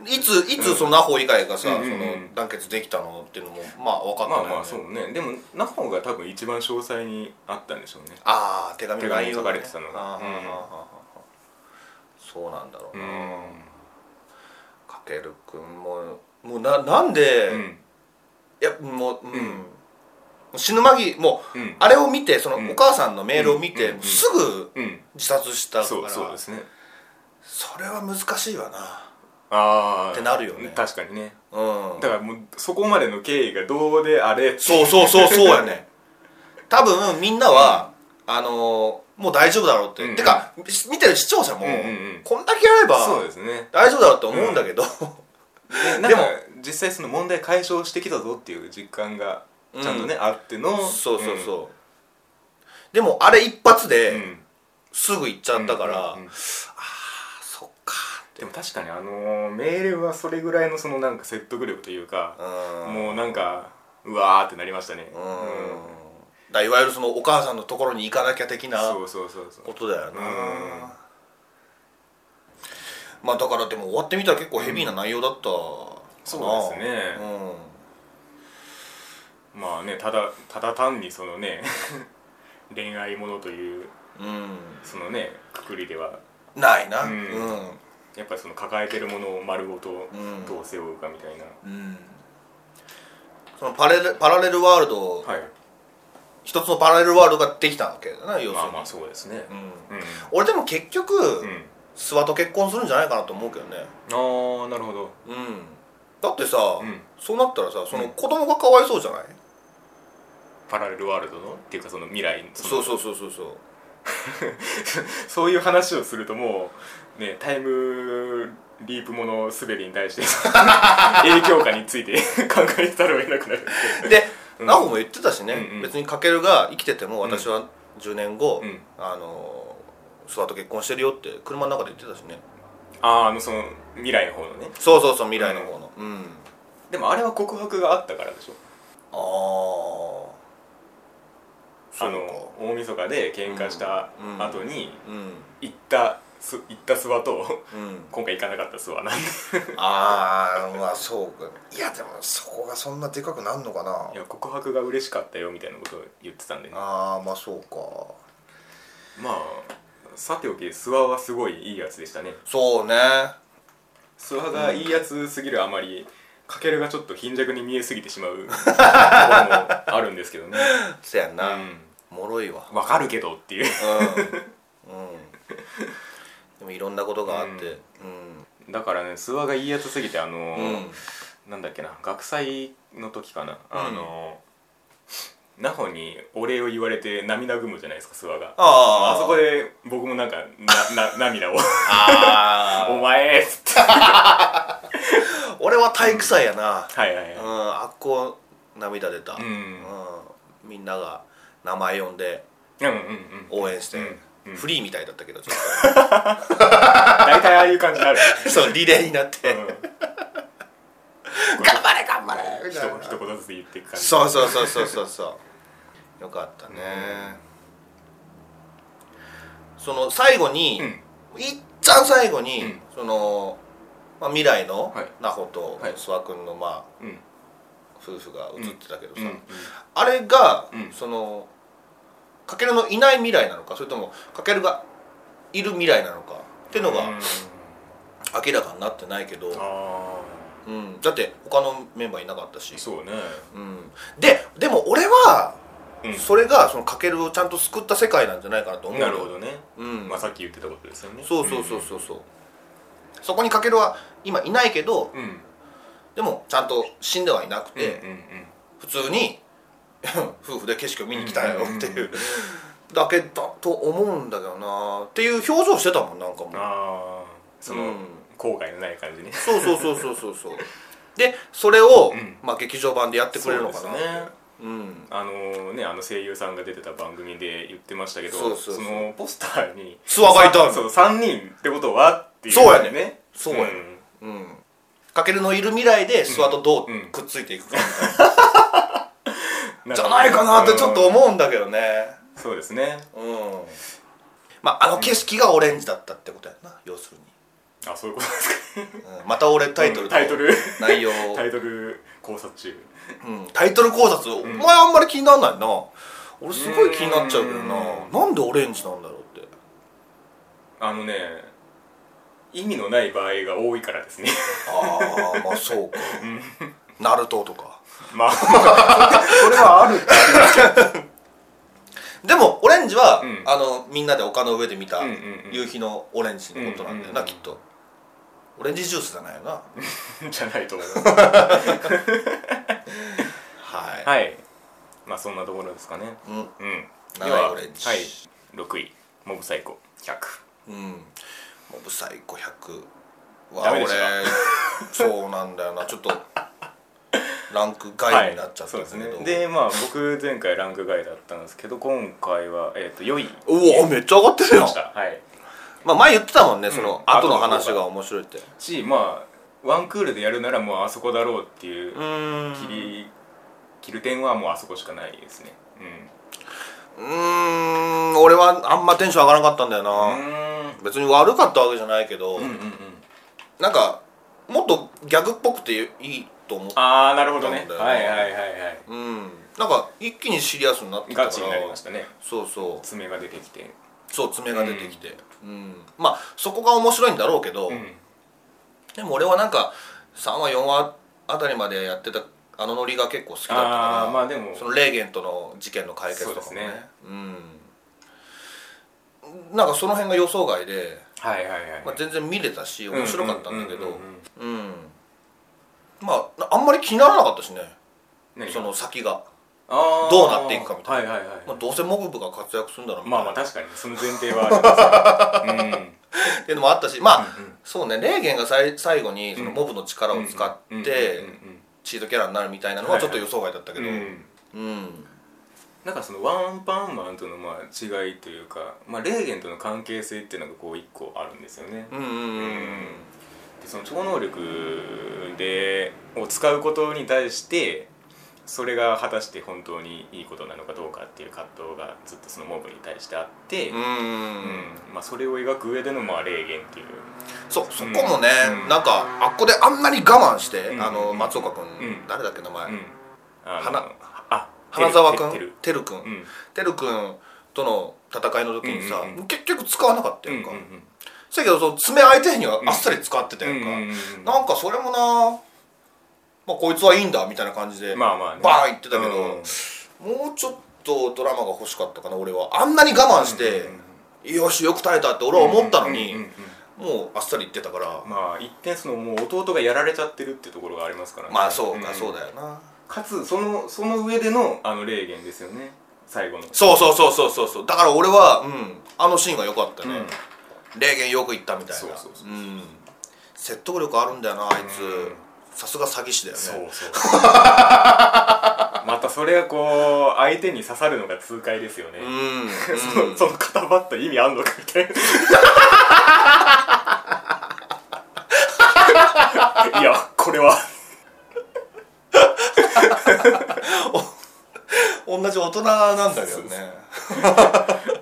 Speaker 2: うん、いついつそのナホ以外がさ、
Speaker 1: うんうん
Speaker 2: そ
Speaker 1: うん
Speaker 2: の団結できたのっていうのもまあ分かった
Speaker 1: まあ
Speaker 2: よね
Speaker 1: まあそうねでもナホが多分一番詳細にあったんでしょうね
Speaker 2: ああ手紙の内容
Speaker 1: 手紙に書かれてたのがう
Speaker 2: あー
Speaker 1: ん
Speaker 2: はーはーはーはーそうなんだろうな、かけるくんももうななんで、
Speaker 1: う
Speaker 2: い
Speaker 1: ん
Speaker 2: やもう、うん
Speaker 1: うん
Speaker 2: もう死ぬ間際もう、
Speaker 1: うん
Speaker 2: あれを見てその、
Speaker 1: うん
Speaker 2: お母さんのメールを見て、
Speaker 1: うんうん
Speaker 2: すぐ
Speaker 1: うん
Speaker 2: 自殺したから
Speaker 1: そうそうですね
Speaker 2: それは難しいわな
Speaker 1: ああ
Speaker 2: ってなるよね
Speaker 1: 確かにね
Speaker 2: うん
Speaker 1: だからもうそこまでの経緯がどうであれ
Speaker 2: そうそうそうそうやね多分みんなは、あのーもう大丈夫だろうって、
Speaker 1: うん
Speaker 2: てかし見てる視聴者も、
Speaker 1: うんうんうん
Speaker 2: こんだけやれ ば
Speaker 1: そうですね
Speaker 2: 大丈夫だろうって思うんだけど、
Speaker 1: でなん
Speaker 2: で
Speaker 1: か
Speaker 2: も
Speaker 1: 実際その問題解消してきたぞっていう実感がちゃんとね、あっての
Speaker 2: そうそうそう、でもあれ一発
Speaker 1: うん、
Speaker 2: で
Speaker 1: うん
Speaker 2: すぐ行っちゃったか
Speaker 1: うん
Speaker 2: ら、
Speaker 1: うんうん
Speaker 2: あそっか
Speaker 1: でも確かにあのーメールはそれぐらいのそのなんか説得力というか、
Speaker 2: うん
Speaker 1: もうなんかうわーってなりましたね
Speaker 2: うんだからいわゆるそのお母さんのところに行かなきゃ的な
Speaker 1: そうそうそうそう
Speaker 2: ことだよな
Speaker 1: うん
Speaker 2: まあだからでも終わってみたら結構ヘビーな内容だったかな
Speaker 1: そうですね
Speaker 2: うん
Speaker 1: まあねただただ単にそのね 恋愛ものという
Speaker 2: うん
Speaker 1: そのねくくりでは
Speaker 2: ないなう
Speaker 1: うんん、やっぱりその抱えてるものを丸ごと
Speaker 2: ん
Speaker 1: どう背負うかみたいな、
Speaker 2: うんそのパレルパラレルワールド、
Speaker 1: はい
Speaker 2: 一つのパラレルワールドができたわけだな要するに、
Speaker 1: まあまあそうですね
Speaker 2: うん、
Speaker 1: うん、
Speaker 2: 俺でも結局、
Speaker 1: うん、
Speaker 2: 諏訪と結婚するんじゃないかなと思うけどね
Speaker 1: ああなるほど
Speaker 2: うんだってさ、
Speaker 1: うん
Speaker 2: そうなったらさその
Speaker 1: うん
Speaker 2: 子供がかわいそうじゃない、
Speaker 1: パラレルワールドのっていうかその未来のその
Speaker 2: そうそうそうそうそう
Speaker 1: そういう話をするともうねタイムリープものすべてに対して 影響下について 考えてたら得なくなる
Speaker 2: で、
Speaker 1: うん
Speaker 2: ナホも言ってたしね、
Speaker 1: うんうん
Speaker 2: 別にかけるが生きてても私は10年後、
Speaker 1: うん
Speaker 2: あのー諏訪と結婚してるよって車の中で言ってたしね
Speaker 1: あーあのその未来の方のね
Speaker 2: そうそうそう未来の方のうん、
Speaker 1: でもあれは告白があったからでしょ
Speaker 2: ああそ
Speaker 1: あ
Speaker 2: うか
Speaker 1: の大晦日で喧嘩した後に
Speaker 2: うん
Speaker 1: 行ったす行った諏訪と
Speaker 2: うん
Speaker 1: 今回行かなかった諏訪 なんで
Speaker 2: ああまあそうかいやでもそこがそんなでかくなんのかない
Speaker 1: や告白が嬉しかったよみたいなことを言ってたんでね
Speaker 2: ああまあそうか
Speaker 1: まあさておき諏訪はすごいいいやつでしたね
Speaker 2: そうね
Speaker 1: 諏訪がいいやつすぎるあまり、かけるがちょっと貧弱に見えすぎてしま うところもあるんですけどね、
Speaker 2: そやん
Speaker 1: う
Speaker 2: な、
Speaker 1: ん、
Speaker 2: もろいわ
Speaker 1: わかるけどっていう
Speaker 2: うん、うん、でもいろんなことがあってうん、
Speaker 1: だからね諏訪がいいやつすぎてあの
Speaker 2: うん
Speaker 1: ー、なんだっけな学祭の時かなあの、ナホにお礼を言われて涙ぐむじゃないですか諏訪があ
Speaker 2: あ
Speaker 1: そこで僕もなんかなな涙を「
Speaker 2: あ
Speaker 1: お前」っつって
Speaker 2: ー俺は体育祭やな、
Speaker 1: はいはい
Speaker 2: うん
Speaker 1: は
Speaker 2: あっこ涙出た、
Speaker 1: いうん
Speaker 2: うんみんなが名前呼んで
Speaker 1: うんうんうん
Speaker 2: 応援して、
Speaker 1: うんうん
Speaker 2: フリーみたいだったけどちょっ
Speaker 1: 大体ああいう感じになる、
Speaker 2: と そうリレーになって、
Speaker 1: うん
Speaker 2: 頑張れ頑張れみ
Speaker 1: 一
Speaker 2: たい
Speaker 1: 言
Speaker 2: な
Speaker 1: 一言ずつ言っていく感じ
Speaker 2: そうそうそうそうそうそうよかったね、その最後に、
Speaker 1: うん
Speaker 2: いっちゃん最後に、
Speaker 1: うん
Speaker 2: その、まあ、未来の
Speaker 1: はい
Speaker 2: ナホと
Speaker 1: はい
Speaker 2: 諏訪君の、まあ、
Speaker 1: うん
Speaker 2: 夫婦が映ってたけどさ、
Speaker 1: うんうん
Speaker 2: あれが、
Speaker 1: うん
Speaker 2: そのかけるのいない未来なのかそれともかけるがいる未来なのかっていうの
Speaker 1: うん
Speaker 2: が明らかになってないけど、
Speaker 1: あ
Speaker 2: うん、だって他のメンバーいなかったし
Speaker 1: あそうね
Speaker 2: うん、ででも俺は、
Speaker 1: うん
Speaker 2: それがそのかけるをちゃんと救った世界なんじゃないかなと思うよ
Speaker 1: なるほどね、
Speaker 2: うん
Speaker 1: まあ、さっき言ってたことですよね
Speaker 2: そうそうそうそうそうそこにかけるは今いないけど
Speaker 1: うんうん
Speaker 2: でもちゃんと死んではいなくて、
Speaker 1: うんうんうん
Speaker 2: 普通に 夫婦で景色を見に来たよっていううんだけだと思うんだけどなっていう表情してたもんなんかもう
Speaker 1: ああその、
Speaker 2: うん
Speaker 1: 後悔のない感じね
Speaker 2: そうそうそうそうそう そうでそれを、
Speaker 1: うん
Speaker 2: まあ、劇場版でやってくれるのかな
Speaker 1: そうですね
Speaker 2: うん
Speaker 1: あのねあの声優さんが出てた番組で言ってましたけど
Speaker 2: そうそうそう
Speaker 1: のポスターに
Speaker 2: 諏訪がいたの
Speaker 1: そう3人ってことはっていう
Speaker 2: そうやね
Speaker 1: ね
Speaker 2: そうやね
Speaker 1: ん
Speaker 2: うんかけるのいる未来で諏訪とど
Speaker 1: うんうん
Speaker 2: うくっついていくかみたいな
Speaker 1: んか
Speaker 2: じゃ
Speaker 1: ね
Speaker 2: ないかなってちょっと
Speaker 1: うん
Speaker 2: 思うんだけどね
Speaker 1: そうですね
Speaker 2: うんまああの景色がオレンジだったってことやな要する
Speaker 1: あそういうことですか
Speaker 2: に、うんまた俺タイトルと
Speaker 1: タイトル
Speaker 2: 内容
Speaker 1: タイトル考察中
Speaker 2: うんタイトル考察お前あんまり気にならないな俺すごい気になっちゃうけど
Speaker 1: う
Speaker 2: なんなんでオレンジなんだろうって
Speaker 1: あのね意味のない場合が多いから ですね
Speaker 2: ああまあそうかナルトとか
Speaker 1: まあこれはある
Speaker 2: でもオレンジは、
Speaker 1: うん
Speaker 2: あのみんなで丘の上で見た
Speaker 1: うんうんうん
Speaker 2: 夕日のオレンジのことなんだよな、
Speaker 1: うんうんうん
Speaker 2: きっとオレンジジュースじゃないよな
Speaker 1: じゃないと思い ます
Speaker 2: はい、
Speaker 1: はいまあそんなところですかね
Speaker 2: うん
Speaker 1: うんで
Speaker 2: 長い
Speaker 1: は、
Speaker 2: オ
Speaker 1: は
Speaker 2: レ
Speaker 1: い
Speaker 2: ンジ、
Speaker 1: 6位モブサイコ100
Speaker 2: うんモブサイコ100は
Speaker 1: ダメ
Speaker 2: 俺
Speaker 1: でし
Speaker 2: そうなんだ よなちょっとランク外になっちゃったん
Speaker 1: はい
Speaker 2: だ
Speaker 1: そ
Speaker 2: け
Speaker 1: う
Speaker 2: ど、
Speaker 1: ですねでまあ僕前回ランク外だったんですけど今回はえっ、と4位
Speaker 2: おおめっちゃ上がってる
Speaker 1: で
Speaker 2: よ
Speaker 1: したはい
Speaker 2: まあ前言ってたもんねその
Speaker 1: うん
Speaker 2: 後の話が面白いって
Speaker 1: しまあワンクールでやるならもうあそこだろうっていう
Speaker 2: うーん
Speaker 1: 切り切る点はもうあそこしかないですね
Speaker 2: うーん俺はあんまテンション上がらなかったんだよ
Speaker 1: う
Speaker 2: な、
Speaker 1: んう
Speaker 2: 別に悪かったわけじゃないけど、
Speaker 1: ーんうんうんうん
Speaker 2: なんかもっとギャグっぽくていいと思った
Speaker 1: ああなるほど
Speaker 2: な
Speaker 1: ね
Speaker 2: んだよな
Speaker 1: はいはいはいはい
Speaker 2: うんなんか一気にシリアスになってきた
Speaker 1: ガ
Speaker 2: から
Speaker 1: チになりましたね
Speaker 2: そうそう
Speaker 1: 爪が出てきて
Speaker 2: そう爪が出てきて、うんまあそこが面白いんだろうけど、
Speaker 1: うん
Speaker 2: でも俺はなんか3話4話あたりまでやってたあのノリが結構好きだったから
Speaker 1: あーまあでも
Speaker 2: そのレーゲンとの事件の解決とか
Speaker 1: そ
Speaker 2: も
Speaker 1: う
Speaker 2: ね
Speaker 1: です
Speaker 2: うんなんかその辺が予想外で、
Speaker 1: はいはいはい、
Speaker 2: まあ、全然見れたし面白かったんだけ
Speaker 1: うんう
Speaker 2: ど
Speaker 1: んうんうん
Speaker 2: うんまああんまり気にならなかったしね
Speaker 1: 何が
Speaker 2: その先が、
Speaker 1: あー
Speaker 2: どうなっていくかみた
Speaker 1: いなはいはいはい、
Speaker 2: まあ、どうせモブブが活躍するんだろうみ
Speaker 1: ま
Speaker 2: た
Speaker 1: あ
Speaker 2: い
Speaker 1: ま
Speaker 2: な
Speaker 1: あ確かにその前提はありますね
Speaker 2: っていうのもあったしまあ、
Speaker 1: うんうん
Speaker 2: そうねレーゲンがさい最後にそのモブの力
Speaker 1: う
Speaker 2: を
Speaker 1: ん
Speaker 2: 使っ
Speaker 1: うん
Speaker 2: てチートキャラになるみたいなのはちょっと予想外だったけ
Speaker 1: うん
Speaker 2: ど
Speaker 1: う
Speaker 2: う
Speaker 1: う
Speaker 2: ん
Speaker 1: んうん
Speaker 2: ん、
Speaker 1: なんかそのワンパンマンとのまあ違いというか、まあ、レーゲンとの関係性っていうのがこう一個あるんですよね、
Speaker 2: うんうんうん
Speaker 1: でその超能力でを使うことに対してそれが果たして本当にいいことなのかどうかっていう葛藤がずっとそのモブに対してあって、
Speaker 2: うん
Speaker 1: うんまあ、それを描く上でのまあレーゲンっていう
Speaker 2: そうそこもね、
Speaker 1: うん
Speaker 2: なんかあっこであんなに我慢して、
Speaker 1: うん
Speaker 2: あの松岡君、
Speaker 1: うん
Speaker 2: 誰だっけ名前、
Speaker 1: うん、あ
Speaker 2: 花
Speaker 1: あ
Speaker 2: 花澤君
Speaker 1: てる
Speaker 2: てる君
Speaker 1: てるうん
Speaker 2: てる君との戦いの時にさ、
Speaker 1: うんうんう
Speaker 2: 結局使わなかった
Speaker 1: うんうん
Speaker 2: や
Speaker 1: ん
Speaker 2: か、
Speaker 1: う
Speaker 2: そうんやけどその爪相手にはあっさり使ってたやんか、
Speaker 1: うんうんうんうん
Speaker 2: なんかそれもなまあこいつはいいんだみたいな感じで、
Speaker 1: まあまあね
Speaker 2: バーン言ってたけど
Speaker 1: うんうん
Speaker 2: もうちょっとドラマが欲しかったかな俺はあんなに我慢して、よしよく耐えたって俺は思ったのに、
Speaker 1: うんうんうん
Speaker 2: もうあっさりいってたから
Speaker 1: まあ一点そのもう弟がやられちゃってるってところがありますからね
Speaker 2: まあそうか、
Speaker 1: ん
Speaker 2: そうだよな
Speaker 1: かつそのその上でのあの霊言ですよね最後の
Speaker 2: そうそうそうそうそうそうだから俺は、うん、あのシーンが良かったね、霊言よく言ったみたいな
Speaker 1: そうそうそうそうん
Speaker 2: 説得力あるんだよなあいつ、
Speaker 1: うん
Speaker 2: さすが詐欺師だよね
Speaker 1: そうそう またそれがこう相手に刺さるのが痛快ですよね、
Speaker 2: うん
Speaker 1: そのその固まった意味あんのかみたい ないやこれは
Speaker 2: うん同じ大人なんだけどね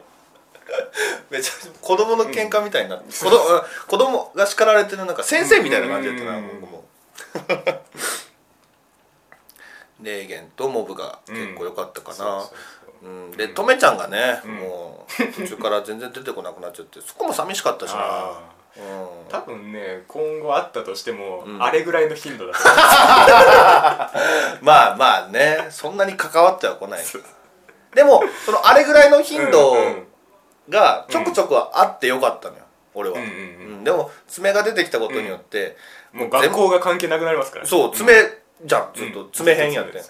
Speaker 2: めちゃ子供の喧嘩みたいになって、子供子供が叱られてるなんか先生みたいな感じだったな、
Speaker 1: うん
Speaker 2: 僕も 霊言とモブが結構良かったかな、
Speaker 1: そうそうそう
Speaker 2: うん、でとめちゃんがね、もう途中から全然出てこなくなっちゃってそこも寂しかったしな、
Speaker 1: あ
Speaker 2: うん、
Speaker 1: ー多分ね今後あったとしても、
Speaker 2: ん
Speaker 1: あれぐらいの頻度だと思う
Speaker 2: まあまあねそんなに関わってはこないでもそのあれぐらいの頻度がちょくちょくあってよかったのよ俺は、
Speaker 1: うんうんうん
Speaker 2: うんでも爪が出てきたことによって、
Speaker 1: もう学
Speaker 2: 全
Speaker 1: 校が関係なくなりますから
Speaker 2: 部
Speaker 1: ね
Speaker 2: そう爪じゃんずっと爪変やって、
Speaker 1: うん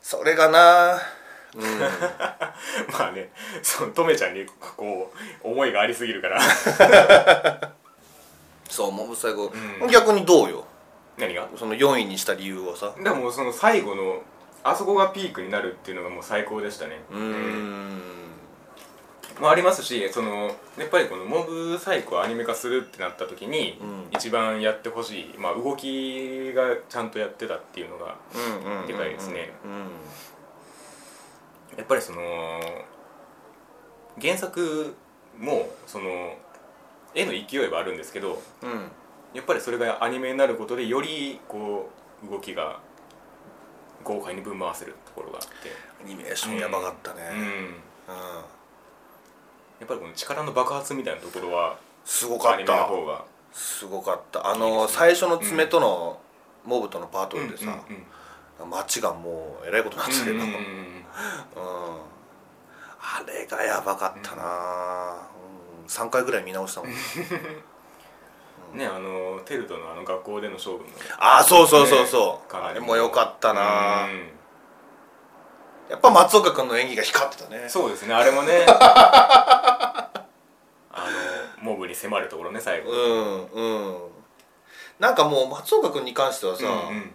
Speaker 2: それがなうん
Speaker 1: まあねそのとめちゃんにこう思いがありすぎるから
Speaker 2: そうもう最後、
Speaker 1: うん
Speaker 2: 逆にどうよ
Speaker 1: 何が
Speaker 2: その4位にした理由はさ
Speaker 1: でもその最後のあそこがピークになるっていうのがもう最高でしたね
Speaker 2: うーん
Speaker 1: もありますしそのやっぱりこのモブサイコをアニメ化するってなった時に、
Speaker 2: うん
Speaker 1: 一番やってほしい、まあ、動きがちゃんとやってたっていうのが
Speaker 2: うんうんうんうん
Speaker 1: でかいですね
Speaker 2: うん
Speaker 1: やっぱりその原作もその絵の勢いはあるんですけど
Speaker 2: うん
Speaker 1: やっぱりそれがアニメになることでよりこう動きが豪快にぶん回せるところがあって、
Speaker 2: アニメーションやばかったね、
Speaker 1: う
Speaker 2: うん
Speaker 1: ん、
Speaker 2: う
Speaker 1: やっぱりこの力の爆発みたいなところは
Speaker 2: すごか
Speaker 1: ア
Speaker 2: っ
Speaker 1: ニメの
Speaker 2: た
Speaker 1: 方が
Speaker 2: すごかったあの最初の爪との、モブとのバト
Speaker 1: うんうん
Speaker 2: ル
Speaker 1: うん
Speaker 2: でさ、街がもうえらいことになってたけど、うんあれがやばかったな、うん、3回ぐらい見直したもん
Speaker 1: ねあのテルトのあの学校での勝負も
Speaker 2: ああそうそうそうそう、
Speaker 1: ね
Speaker 2: あれもよかったな、
Speaker 1: う
Speaker 2: やっぱ松岡君の演技が光ってたね
Speaker 1: んそうですねあれも ねあのモブに迫るところね最後
Speaker 2: うんうんなんかもう松岡君に関してはさ、
Speaker 1: うんうん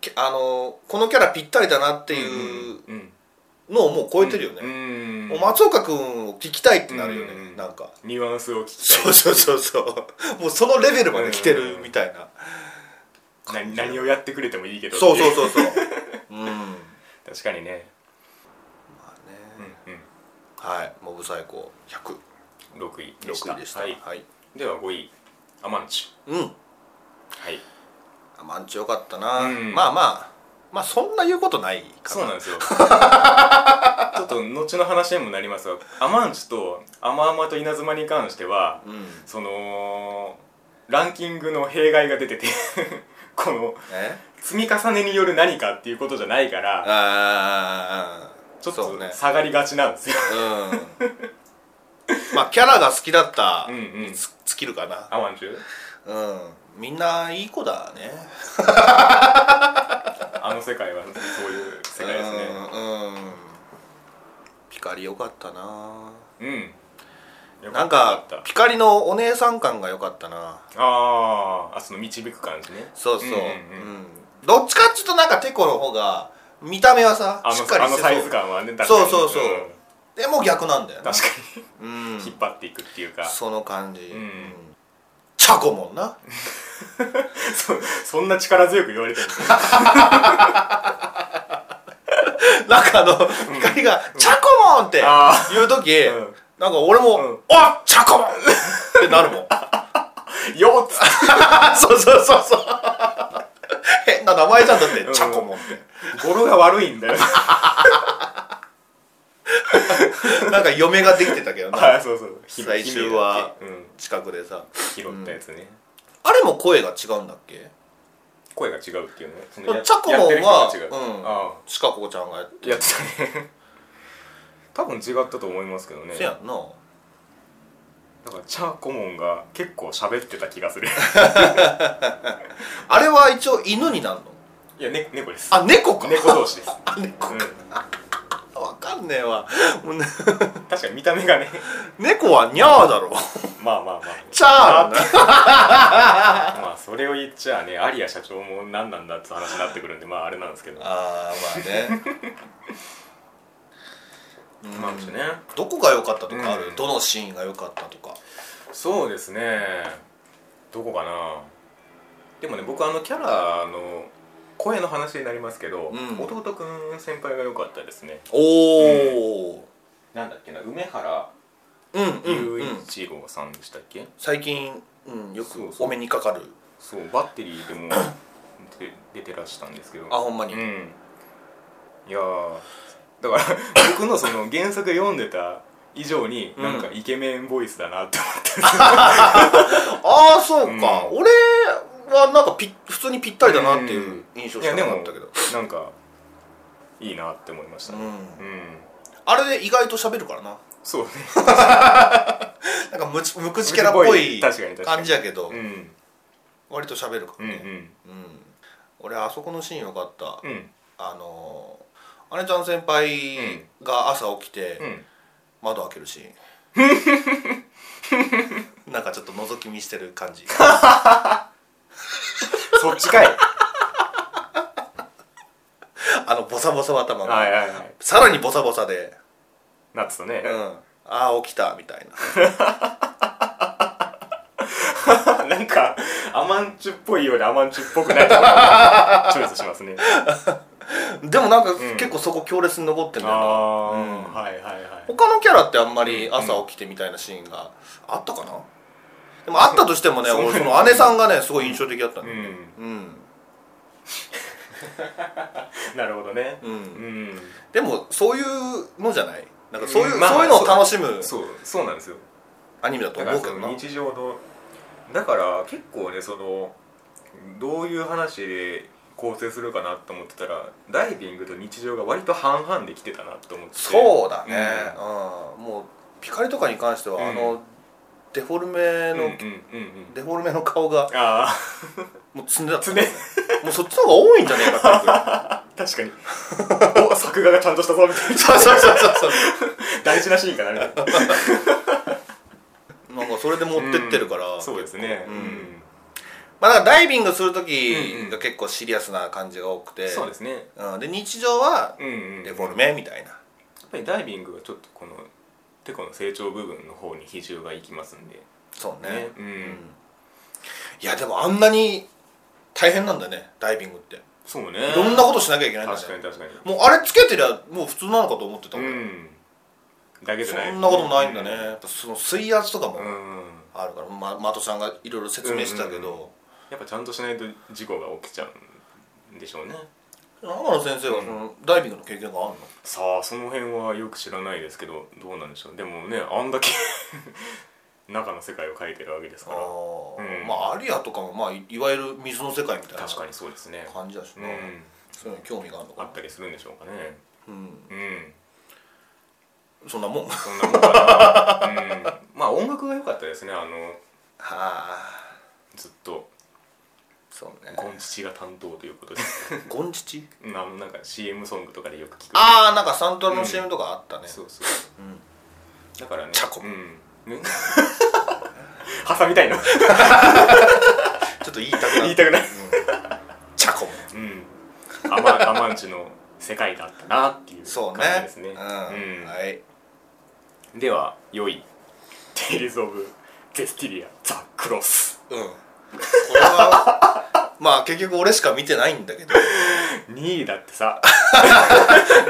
Speaker 2: けあのこのキャラぴったりだなっていう
Speaker 1: うんうん
Speaker 2: のをもう超えてるよね、
Speaker 1: うん
Speaker 2: もう松岡君を聞きたいってなるよね、
Speaker 1: うん
Speaker 2: なんか
Speaker 1: ニュアンスを聞き
Speaker 2: そうそうそうそうもうそのレベルまで来てるみたいな、
Speaker 1: たいな何をやってくれてもいいけど
Speaker 2: そうそう
Speaker 1: う
Speaker 2: そうそううんま
Speaker 1: 確かにね
Speaker 2: あ
Speaker 1: う
Speaker 2: ね
Speaker 1: んう
Speaker 2: はいモブ最高100
Speaker 1: ん6位でした
Speaker 2: 6位でした
Speaker 1: はい
Speaker 2: はい、
Speaker 1: では5位アマンチ
Speaker 2: うん
Speaker 1: はい
Speaker 2: アマンチよかったな、
Speaker 1: うん
Speaker 2: まあまあまあそんな言うことないか
Speaker 1: そう
Speaker 2: な
Speaker 1: なん ですよちょっと後の話にもなりますがアマンチとアマアマと稲妻に関しては
Speaker 2: うん
Speaker 1: そのランキングの弊害が出てて この
Speaker 2: え
Speaker 1: 積み重ねによる何かっていうことじゃないから
Speaker 2: ああ
Speaker 1: ちょっ
Speaker 2: そ
Speaker 1: と
Speaker 2: うね
Speaker 1: 下がりがちなん ですよ、
Speaker 2: うんまあキャラが好きだった
Speaker 1: うんうん
Speaker 2: ススキルかな
Speaker 1: アマンチュ
Speaker 2: うんみんないい子だね
Speaker 1: あの世界はそういう世界ですね
Speaker 2: うんうんピカリよかったな
Speaker 1: うんよ
Speaker 2: なん
Speaker 1: よ
Speaker 2: か
Speaker 1: った
Speaker 2: ピカリのお姉さん感が良かったな
Speaker 1: あーあその導く感じね
Speaker 2: そうそう、うん
Speaker 1: んんうん
Speaker 2: どっちかっちゅうとなんかテコの方が見た目はさ
Speaker 1: あの
Speaker 2: しっかり
Speaker 1: あの
Speaker 2: して
Speaker 1: サイズ
Speaker 2: そう
Speaker 1: 感はね
Speaker 2: そうそうそうんでも逆なんだよね
Speaker 1: 確かに
Speaker 2: うん
Speaker 1: 引っ張っていくっていうか、
Speaker 2: その感じ、うんチャコもんな
Speaker 1: そ そんな力強く言われてるんですか
Speaker 2: なんかあの、ピカリが「チャコモン!」って
Speaker 1: あ
Speaker 2: 言う時、
Speaker 1: うん
Speaker 2: なんか俺も「
Speaker 1: うん
Speaker 2: おっチャコモン!」 ってなるもん
Speaker 1: ーよっつっ
Speaker 2: そうそうそうそう 変な名前じゃんだって、チャコモンって
Speaker 1: て語呂が悪いんだ よね
Speaker 2: なんか嫁ができてたけど
Speaker 1: あ
Speaker 2: な
Speaker 1: ーそうそうひ
Speaker 2: 最終は
Speaker 1: 姫だっけ
Speaker 2: 近くでさ
Speaker 1: うん、拾ったやつね、
Speaker 2: あれも声が違うんだっけ
Speaker 1: 声が違うっていうねそのや
Speaker 2: チャコモンは
Speaker 1: やってる人が違う、
Speaker 2: うん
Speaker 1: あ
Speaker 2: シカコちゃんがやって
Speaker 1: ーやってたね多分違ったと思いますけどね
Speaker 2: せやんな
Speaker 1: だからチャーコモンが結構喋ってた気が する
Speaker 2: あれは一応犬になるの
Speaker 1: いや、ね、猫です
Speaker 2: あ猫か
Speaker 1: 猫同士です、
Speaker 2: あ猫
Speaker 1: うん、
Speaker 2: わかんねえわもうね
Speaker 1: 確かに見た目がね
Speaker 2: 猫はニャーだろ
Speaker 1: まあまあま
Speaker 2: チャーだ
Speaker 1: あまあそれを言っちゃあねアリア社長も何なんだって話になってくるんでまああれなんですけど
Speaker 2: あーまあね
Speaker 1: まあですね
Speaker 2: どこが良かったとかある、
Speaker 1: うん
Speaker 2: どのシーンが良かったとか
Speaker 1: そうですねどこかなでもね僕あのキャラの声の話になりますけど、
Speaker 2: うん
Speaker 1: 弟くん先輩が良かったですね
Speaker 2: おお、
Speaker 1: なんだっけな梅原
Speaker 2: うん、うんうん
Speaker 1: 雄一郎さんでしたっけ、
Speaker 2: 最近、うん、よ
Speaker 1: そ
Speaker 2: く
Speaker 1: うそう
Speaker 2: お目にかかる
Speaker 1: そうバッテリーでも で出てらしたんですけど
Speaker 2: あほんまに、
Speaker 1: うんいやーだから僕のその原作読んでた以上に
Speaker 2: うん
Speaker 1: なんかイケメンボイスだなって思って、
Speaker 2: ああそうか、
Speaker 1: う
Speaker 2: 俺はなんかぴ普通にぴったりだなっていう印象
Speaker 1: い
Speaker 2: し
Speaker 1: や
Speaker 2: か
Speaker 1: で
Speaker 2: な
Speaker 1: も
Speaker 2: かったけど、
Speaker 1: なんかいいなって思いました
Speaker 2: う
Speaker 1: ね
Speaker 2: ん
Speaker 1: うん
Speaker 2: あれで意外と喋るからな
Speaker 1: そうね
Speaker 2: なんかむち無口キャラっぽい
Speaker 1: 確かに確かに
Speaker 2: 感じやけど、
Speaker 1: うんうん
Speaker 2: 割と喋るか
Speaker 1: う
Speaker 2: ら
Speaker 1: ん
Speaker 2: ね、うん俺あそこのシーンよかった、
Speaker 1: うん
Speaker 2: あのー姉ちゃん先輩が朝起きて、
Speaker 1: うん
Speaker 2: 窓開け るシーンなんかちょっと覗き見してる 感じ
Speaker 1: そっちかい
Speaker 2: あのボサボサの頭が
Speaker 1: はいはいはい
Speaker 2: さらにボサボサで、
Speaker 1: なってたね
Speaker 2: うん、ああー起きたみたいな
Speaker 1: なんかアマンチュっぽいよりアマンチュっぽくないところをチョイスしますね
Speaker 2: でもなんか、
Speaker 1: ん
Speaker 2: 結構そこ強烈に残ってんだよな
Speaker 1: あ
Speaker 2: う
Speaker 1: あ、
Speaker 2: ん
Speaker 1: はいはいはい
Speaker 2: 他のキャラってあんまり朝起きてみたいなシーンがあったかなでもあったとしてもね
Speaker 1: そう
Speaker 2: 俺その姉さんがねすごい印象的だった
Speaker 1: う
Speaker 2: ね
Speaker 1: ん
Speaker 2: うん
Speaker 1: なるほどね
Speaker 2: うん、
Speaker 1: うん
Speaker 2: でもそういうのじゃないなんかそういう、
Speaker 1: うんまあ
Speaker 2: そういうのを楽しむ
Speaker 1: そうそうなんですよ
Speaker 2: アニメだと
Speaker 1: だか
Speaker 2: 思
Speaker 1: ら
Speaker 2: うけ
Speaker 1: そ
Speaker 2: どな
Speaker 1: の日常のだから結構ねそのどういう話で構成するかなと思ってたらダイビングと日常が割と半々できてたなと思って
Speaker 2: そうだね、うんもうピカリとかに関しては、
Speaker 1: うん
Speaker 2: あのデフォルメ
Speaker 1: うん
Speaker 2: の、
Speaker 1: うんうんうん
Speaker 2: デフォルメの顔が
Speaker 1: ああ
Speaker 2: もう常だった
Speaker 1: 常
Speaker 2: もうそっちの方が多いんじゃねえかっていう
Speaker 1: 確かにお作画がちゃんとしたぞみた いな
Speaker 2: そうそうそうそう
Speaker 1: 大事なシーンかなみたいな
Speaker 2: なんかそれで持ってってるから、
Speaker 1: そうですね
Speaker 2: うんまあだからダイビングする時が結構シリアスな感じが多くて、
Speaker 1: そうですね
Speaker 2: うんで日常は
Speaker 1: うんうん
Speaker 2: デフォルメみたい
Speaker 1: や
Speaker 2: な、
Speaker 1: っぱりダイビングはちょっとこのてこの成長部分の方に比重がいきますんで
Speaker 2: そうね
Speaker 1: ねうん
Speaker 2: いやでもあんなに大変なんだねダイビングってい
Speaker 1: そうね
Speaker 2: ろんなことしなきゃいけないんだね
Speaker 1: 確かに確かに
Speaker 2: もうあれつけてりゃもう普通なのかと思ってた
Speaker 1: う
Speaker 2: もん、
Speaker 1: んだけじ
Speaker 2: そ
Speaker 1: ゃない
Speaker 2: んなこともないんだね、やっぱその水圧とかも
Speaker 1: うん
Speaker 2: あるから、ま、的さんがいろいろ説明してたけど、
Speaker 1: やっぱちゃんとしないと事故が起きちゃうんでしょうね
Speaker 2: 長野先生はそのダイビングの経験があるの、
Speaker 1: さあその辺はよく知らないですけどどうなんでしょうでもねあんだけ 中の世界を描いてるわけですから
Speaker 2: あー
Speaker 1: うん
Speaker 2: まあアリアとかも、まあ、いいわゆる水の世界みたいな
Speaker 1: 確かにそうですね
Speaker 2: 感じだし
Speaker 1: う
Speaker 2: な、
Speaker 1: ん
Speaker 2: そういうの興味があるのか
Speaker 1: あ
Speaker 2: な
Speaker 1: ったりするんでしょうかね
Speaker 2: うん
Speaker 1: うん
Speaker 2: そんなもん は
Speaker 1: そんなもんかな、うん、まあ音楽が良かったですねあの
Speaker 2: あ
Speaker 1: ずっと
Speaker 2: そうね
Speaker 1: ゴンチチが担当ということで
Speaker 2: ゴンチチ
Speaker 1: うんあのなんか CM ソングとかでよく聞く
Speaker 2: ああなんかサントラの CM とかあったね、
Speaker 1: そうそう
Speaker 2: うん
Speaker 1: だからね
Speaker 2: チャコ
Speaker 1: うん ね挟みたいな
Speaker 2: ちょっと言いたくなった
Speaker 1: 言いたくない
Speaker 2: チャコも
Speaker 1: うんアマアマンチュの世界だったなっていう
Speaker 2: そ
Speaker 1: 感
Speaker 2: う
Speaker 1: じ
Speaker 2: ね
Speaker 1: ですね
Speaker 2: うん、
Speaker 1: うん
Speaker 2: はい
Speaker 1: では良い「テイルズ・オブ・ゼスティリア・ザ・クロス
Speaker 2: うんこれは まあ結局俺しか見てないんだけど、」
Speaker 1: 2位だってさ、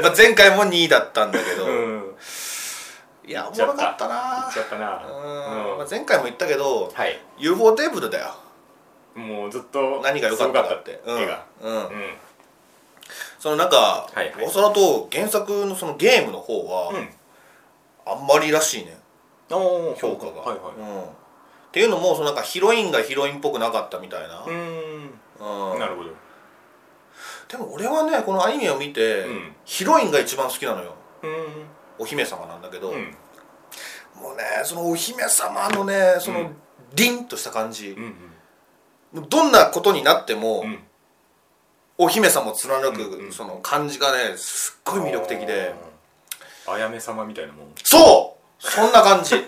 Speaker 2: まあ、前回も2位だったんだけど、
Speaker 1: うん、いっ
Speaker 2: いやおもろかったな
Speaker 1: ちゃったな
Speaker 2: うん、ま
Speaker 1: う
Speaker 2: あ、
Speaker 1: ん
Speaker 2: 前回も言ったけど、
Speaker 1: はい
Speaker 2: UFO テーブルだよ
Speaker 1: もうずっと
Speaker 2: 何が良かったかっ
Speaker 1: す
Speaker 2: て
Speaker 1: ごかった絵が
Speaker 2: うん、うん
Speaker 1: うん
Speaker 2: そのなんか、
Speaker 1: はいはい
Speaker 2: おそらと原作のそのゲームの方は、
Speaker 1: うん
Speaker 2: あんまりらしいね
Speaker 1: おー
Speaker 2: 評価が、
Speaker 1: はいは
Speaker 2: うん、っていうのもそのなんかヒロインがヒロインっぽくなかったみたいな、
Speaker 1: いうん
Speaker 2: うん
Speaker 1: なるほど
Speaker 2: でも俺はねこのアニメを見て、
Speaker 1: うん
Speaker 2: ヒロインが一番好きなのよ
Speaker 1: うん
Speaker 2: お姫様なんだけど、
Speaker 1: うん
Speaker 2: もうねそのお姫様のねそうの
Speaker 1: ん
Speaker 2: 凛とした感じ
Speaker 1: う、ん
Speaker 2: もうどんなことになっても、
Speaker 1: うんうん
Speaker 2: お姫様を貫
Speaker 1: うんう
Speaker 2: く
Speaker 1: ん
Speaker 2: その感じがねすっごい魅力的で
Speaker 1: あーあやめ様みたいなもん
Speaker 2: そうそんな感じうん、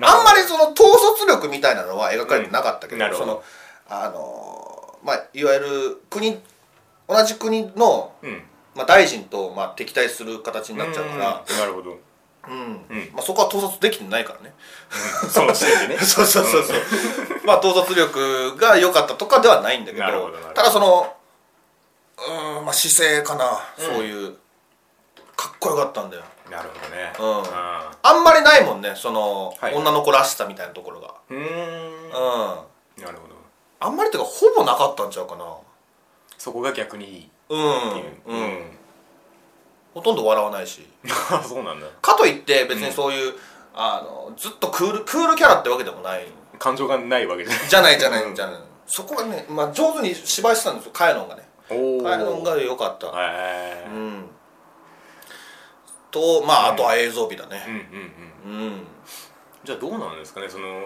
Speaker 2: あんまりその統率力みたいなのは描かれてなかったけ
Speaker 1: うん
Speaker 2: ど,、
Speaker 1: なるほ
Speaker 2: そ
Speaker 1: ど
Speaker 2: のあのーまあいわゆる国同じ国の、
Speaker 1: うん
Speaker 2: まあ、大臣と、まあ、敵対する形になっちゃうから
Speaker 1: うんなるほど
Speaker 2: うん、
Speaker 1: うん
Speaker 2: まあ、そこは統率できてないからね
Speaker 1: その時点でね
Speaker 2: そうそうそうそうまあ統率力が良かったとかではないんだけど
Speaker 1: なるほどなるほど
Speaker 2: ただそのうんまあ姿勢かな、そういうかっこよかったんだよ
Speaker 1: なるほどね
Speaker 2: うんあんまりないもんねその、
Speaker 1: はいはい
Speaker 2: 女の子らしさみたいなところが
Speaker 1: うんうーん
Speaker 2: うん
Speaker 1: なるほど
Speaker 2: あんまりっていうかほぼなかったんちゃうかな
Speaker 1: そこが逆にいいっていう
Speaker 2: うん、うん、ほとんど笑わないし
Speaker 1: あ そうなんだ
Speaker 2: かといって別にそういう、あのずっとクールクールキャラってわけでもない
Speaker 1: 感情がないわけじ ゃない
Speaker 2: じゃないじゃないじゃない、そこはね、まあ、上手に芝居してたんですよカエロンがね
Speaker 1: お
Speaker 2: カエロンが良かった、
Speaker 1: へー
Speaker 2: うんとまああとは映像美だ
Speaker 1: う
Speaker 2: ね
Speaker 1: んうんうん
Speaker 2: うん、
Speaker 1: じゃあどうなんですかねその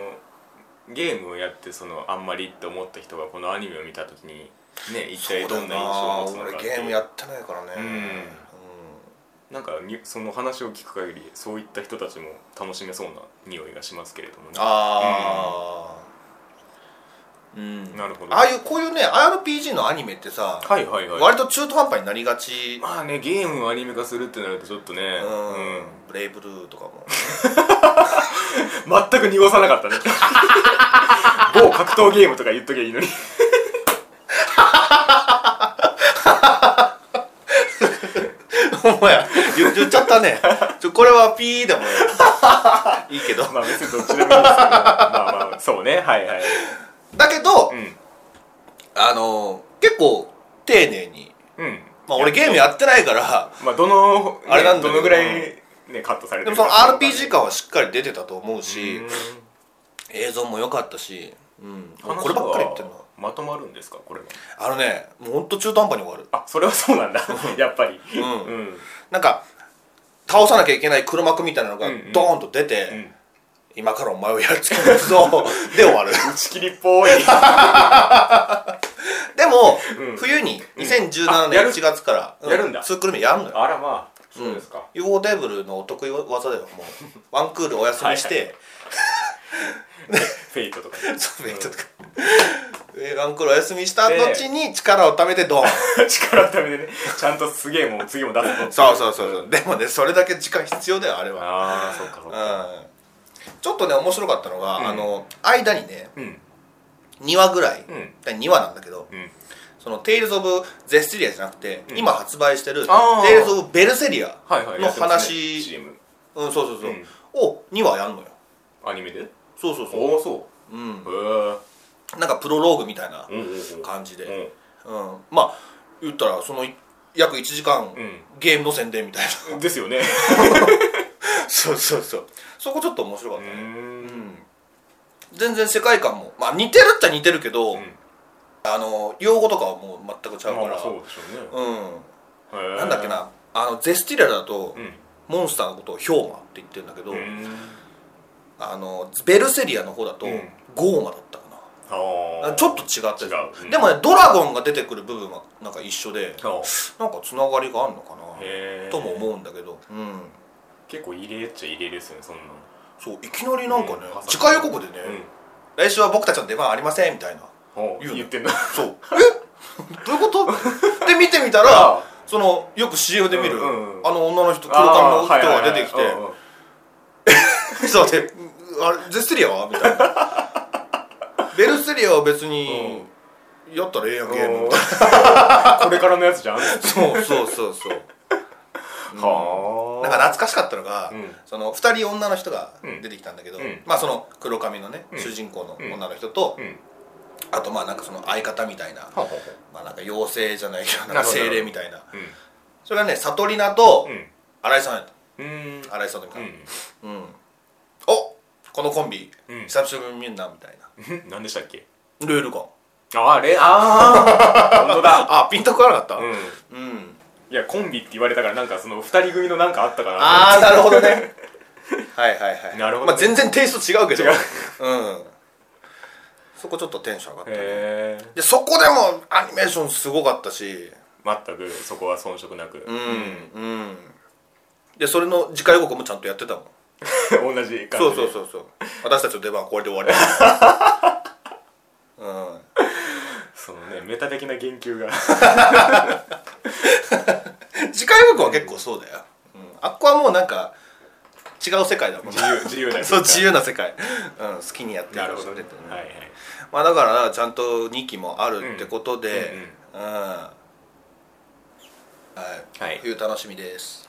Speaker 1: ゲームをやってそのあんまりって思った人がこのアニメを見た時にね一
Speaker 2: そう
Speaker 1: 体
Speaker 2: だ
Speaker 1: ど
Speaker 2: よ
Speaker 1: んな印象
Speaker 2: な
Speaker 1: を持つのか
Speaker 2: 俺
Speaker 1: って
Speaker 2: ゲ
Speaker 1: い
Speaker 2: ーム
Speaker 1: う
Speaker 2: やってないからね
Speaker 1: うん
Speaker 2: うん
Speaker 1: なんかにその話を聞く限りそういった人たちも楽しめそうな匂いがしますけれどもね
Speaker 2: ああうん、
Speaker 1: なるほど
Speaker 2: ああいうこういうね RPG のアニメってさ、
Speaker 1: はいはいはい
Speaker 2: 割と中途半端になりがち、
Speaker 1: まあねゲームをアニメ化するってなるとちょっとね
Speaker 2: う
Speaker 1: うん
Speaker 2: ん、ブレイブルーとかも
Speaker 1: 全く濁さなかったね 某格闘ゲームとか言っときゃいいのに
Speaker 2: お前言言っちゃったねちょこれはピーでもいいけど
Speaker 1: まあ別にどっちでもいいですけどまあまあそうねはいはい
Speaker 2: だけど、
Speaker 1: うん
Speaker 2: あの結構丁寧に
Speaker 1: うん
Speaker 2: まあ俺ゲームやってないから
Speaker 1: まあどの、ね
Speaker 2: あれなんだけど
Speaker 1: どのぐらいねカットされ
Speaker 2: で
Speaker 1: て
Speaker 2: も
Speaker 1: る
Speaker 2: その
Speaker 1: か
Speaker 2: RPG 感はしっかり出てたと思うし、
Speaker 1: うん
Speaker 2: 映像も良かったし、うん、
Speaker 1: 話は
Speaker 2: こればっかり言ってるの
Speaker 1: まとまるんですかこれは
Speaker 2: あのねもうほんと中途半端に終わる
Speaker 1: あそれはそうなんだやっぱりうんうん
Speaker 2: なんか倒さなきゃいけない黒幕みたいなのが
Speaker 1: うんうん
Speaker 2: ドーンと出て、
Speaker 1: ん
Speaker 2: 今からお前をやっつけ るぞで終わる
Speaker 1: 打ち切りっぽい
Speaker 2: でも、
Speaker 1: うん
Speaker 2: 冬に
Speaker 1: う
Speaker 2: 2017
Speaker 1: んあや
Speaker 2: 年
Speaker 1: る
Speaker 2: 1月から、
Speaker 1: やるんだ
Speaker 2: ツークルメやるのよ
Speaker 1: あらまあそうですか、
Speaker 2: u o テーブルのお得意技だよもうワンクールお休みして、
Speaker 1: フェイトとか
Speaker 2: そうベイトとかえーワンクールお休みした後に力を貯めて ドーン
Speaker 1: 力のためでねちゃんとすげえもう次も出すぞ
Speaker 2: そうそうそうそうでもねそれだけ時間必要だよあれは
Speaker 1: ああそっかそっか
Speaker 2: うんちょっとね面白かったのが、
Speaker 1: うん
Speaker 2: あの間にね
Speaker 1: うん
Speaker 2: 2話ぐらい、
Speaker 1: うん
Speaker 2: 2話なんだけど、
Speaker 1: うん
Speaker 2: その「テイルズ・オブ・ゼスティリア」じゃなくて、
Speaker 1: うん
Speaker 2: 今発売してる
Speaker 1: あー
Speaker 2: 「テイルズ・オブ・ベルセリア
Speaker 1: はいはい
Speaker 2: の
Speaker 1: やってますね
Speaker 2: 話
Speaker 1: CM」
Speaker 2: うんそうそうそう、
Speaker 1: うん
Speaker 2: を2話やんのよ
Speaker 1: アニメで
Speaker 2: そうそうそう、
Speaker 1: おおそう
Speaker 2: ん、
Speaker 1: うへ
Speaker 2: なんかプロローグみたいな
Speaker 1: えうんうんうん
Speaker 2: 感じで、
Speaker 1: うん
Speaker 2: うんまあ言ったらそのい約1時間、
Speaker 1: う
Speaker 2: ゲームの宣伝みたいな
Speaker 1: んですよね
Speaker 2: そうそうそうそこちょっと面白か
Speaker 1: う
Speaker 2: ったね、うん
Speaker 1: ん
Speaker 2: 全然世界観もまあ似てるっちゃ似てるけど、
Speaker 1: うん
Speaker 2: あの用語とかはもう全くちゃうから、
Speaker 1: まあそうでしょうね
Speaker 2: うん、
Speaker 1: へえ
Speaker 2: なんだっけなあのゼスティリアだと、
Speaker 1: うん
Speaker 2: モンスターのことをヒョーマって言ってるんだけど、
Speaker 1: うん
Speaker 2: あのベルセリアの方だと、
Speaker 1: うん
Speaker 2: ゴーマだったか
Speaker 1: あ
Speaker 2: な
Speaker 1: あ
Speaker 2: ちょっと違って
Speaker 1: 違ううん
Speaker 2: でもねドラゴンが出てくる部分はなんか一緒で
Speaker 1: あ
Speaker 2: なんかつながりがあるのか
Speaker 1: へ
Speaker 2: な
Speaker 1: ー
Speaker 2: とも思うんだけど、うん、
Speaker 1: 結構入れっちゃ入れですよねそんなの
Speaker 2: そういきなりなんかね、
Speaker 1: うん
Speaker 2: 次回予告でね、
Speaker 1: うん
Speaker 2: 来週は僕たちの出番ありませんみたいな
Speaker 1: お
Speaker 2: 言うの
Speaker 1: 言ってんだ
Speaker 2: そうえどういうことで見てみた
Speaker 1: あ
Speaker 2: らそのよく CM で見る、
Speaker 1: うんうんうん
Speaker 2: あの女の人黒髪の
Speaker 1: あ
Speaker 2: 人
Speaker 1: ーはい
Speaker 2: が
Speaker 1: はいはい
Speaker 2: 出てきて
Speaker 1: うんうん
Speaker 2: そうで、うあれ、ゼステリアはみたいな。 ベルステリアは別に、やったらええやん、ゲーム。
Speaker 1: これからのやつじゃんは
Speaker 2: そうそうそうそう。
Speaker 1: あ
Speaker 2: なんか懐かしかったのが、
Speaker 1: うん
Speaker 2: その2人女の人が出てきたんだけど、
Speaker 1: うん
Speaker 2: まあその黒髪のね、
Speaker 1: うん
Speaker 2: 主人公の女の人と、
Speaker 1: うん
Speaker 2: あとまあなんかその相方みたいな、
Speaker 1: はあは
Speaker 2: まあなんか妖精じゃないけど
Speaker 1: な
Speaker 2: な
Speaker 1: る
Speaker 2: んか
Speaker 1: ほど
Speaker 2: 精霊みたいな
Speaker 1: あうん
Speaker 2: それがねサトリナと
Speaker 1: うん
Speaker 2: 新井さんやった
Speaker 1: うん
Speaker 2: 新井さんとみた
Speaker 1: う
Speaker 2: いな、
Speaker 1: ん
Speaker 2: うんおこのコンビ、
Speaker 1: うん
Speaker 2: 久しぶりに見るなみたいな
Speaker 1: うん何でしたっけ
Speaker 2: ルール感
Speaker 1: ああれああ本当だ
Speaker 2: あピンとこなかった、
Speaker 1: うん
Speaker 2: うん
Speaker 1: いやコンビって言われたからなんかその二人組のなんかあったかな
Speaker 2: ああなるほどね はいはいはい
Speaker 1: なるほど
Speaker 2: まあ、全然テイスト違うけど
Speaker 1: 違う
Speaker 2: うんそこちょっとテンション上がったね
Speaker 1: へえ
Speaker 2: でそこでもアニメーションすごかったし
Speaker 1: 全くそこは遜色なく、
Speaker 2: うん、うん、でそれの次回予告もちゃんとやってたもん
Speaker 1: 同じ感じで
Speaker 2: そうそうそうそう私たちの出番はこれで終わりです、 うん
Speaker 1: そのねメタ的な言及が
Speaker 2: 次回予告は結構そうだよ、うん、あっこはもうなんか違う世界だもん
Speaker 1: 自由自由な
Speaker 2: そう自由な世界、うん、好きにやって
Speaker 1: な
Speaker 2: や
Speaker 1: る
Speaker 2: ら
Speaker 1: ほ
Speaker 2: せて
Speaker 1: ど
Speaker 2: く
Speaker 1: ねは
Speaker 2: れてね
Speaker 1: いはい
Speaker 2: まあだからちゃんと2期もあるってことでうん、はい
Speaker 1: はい
Speaker 2: いう楽しみです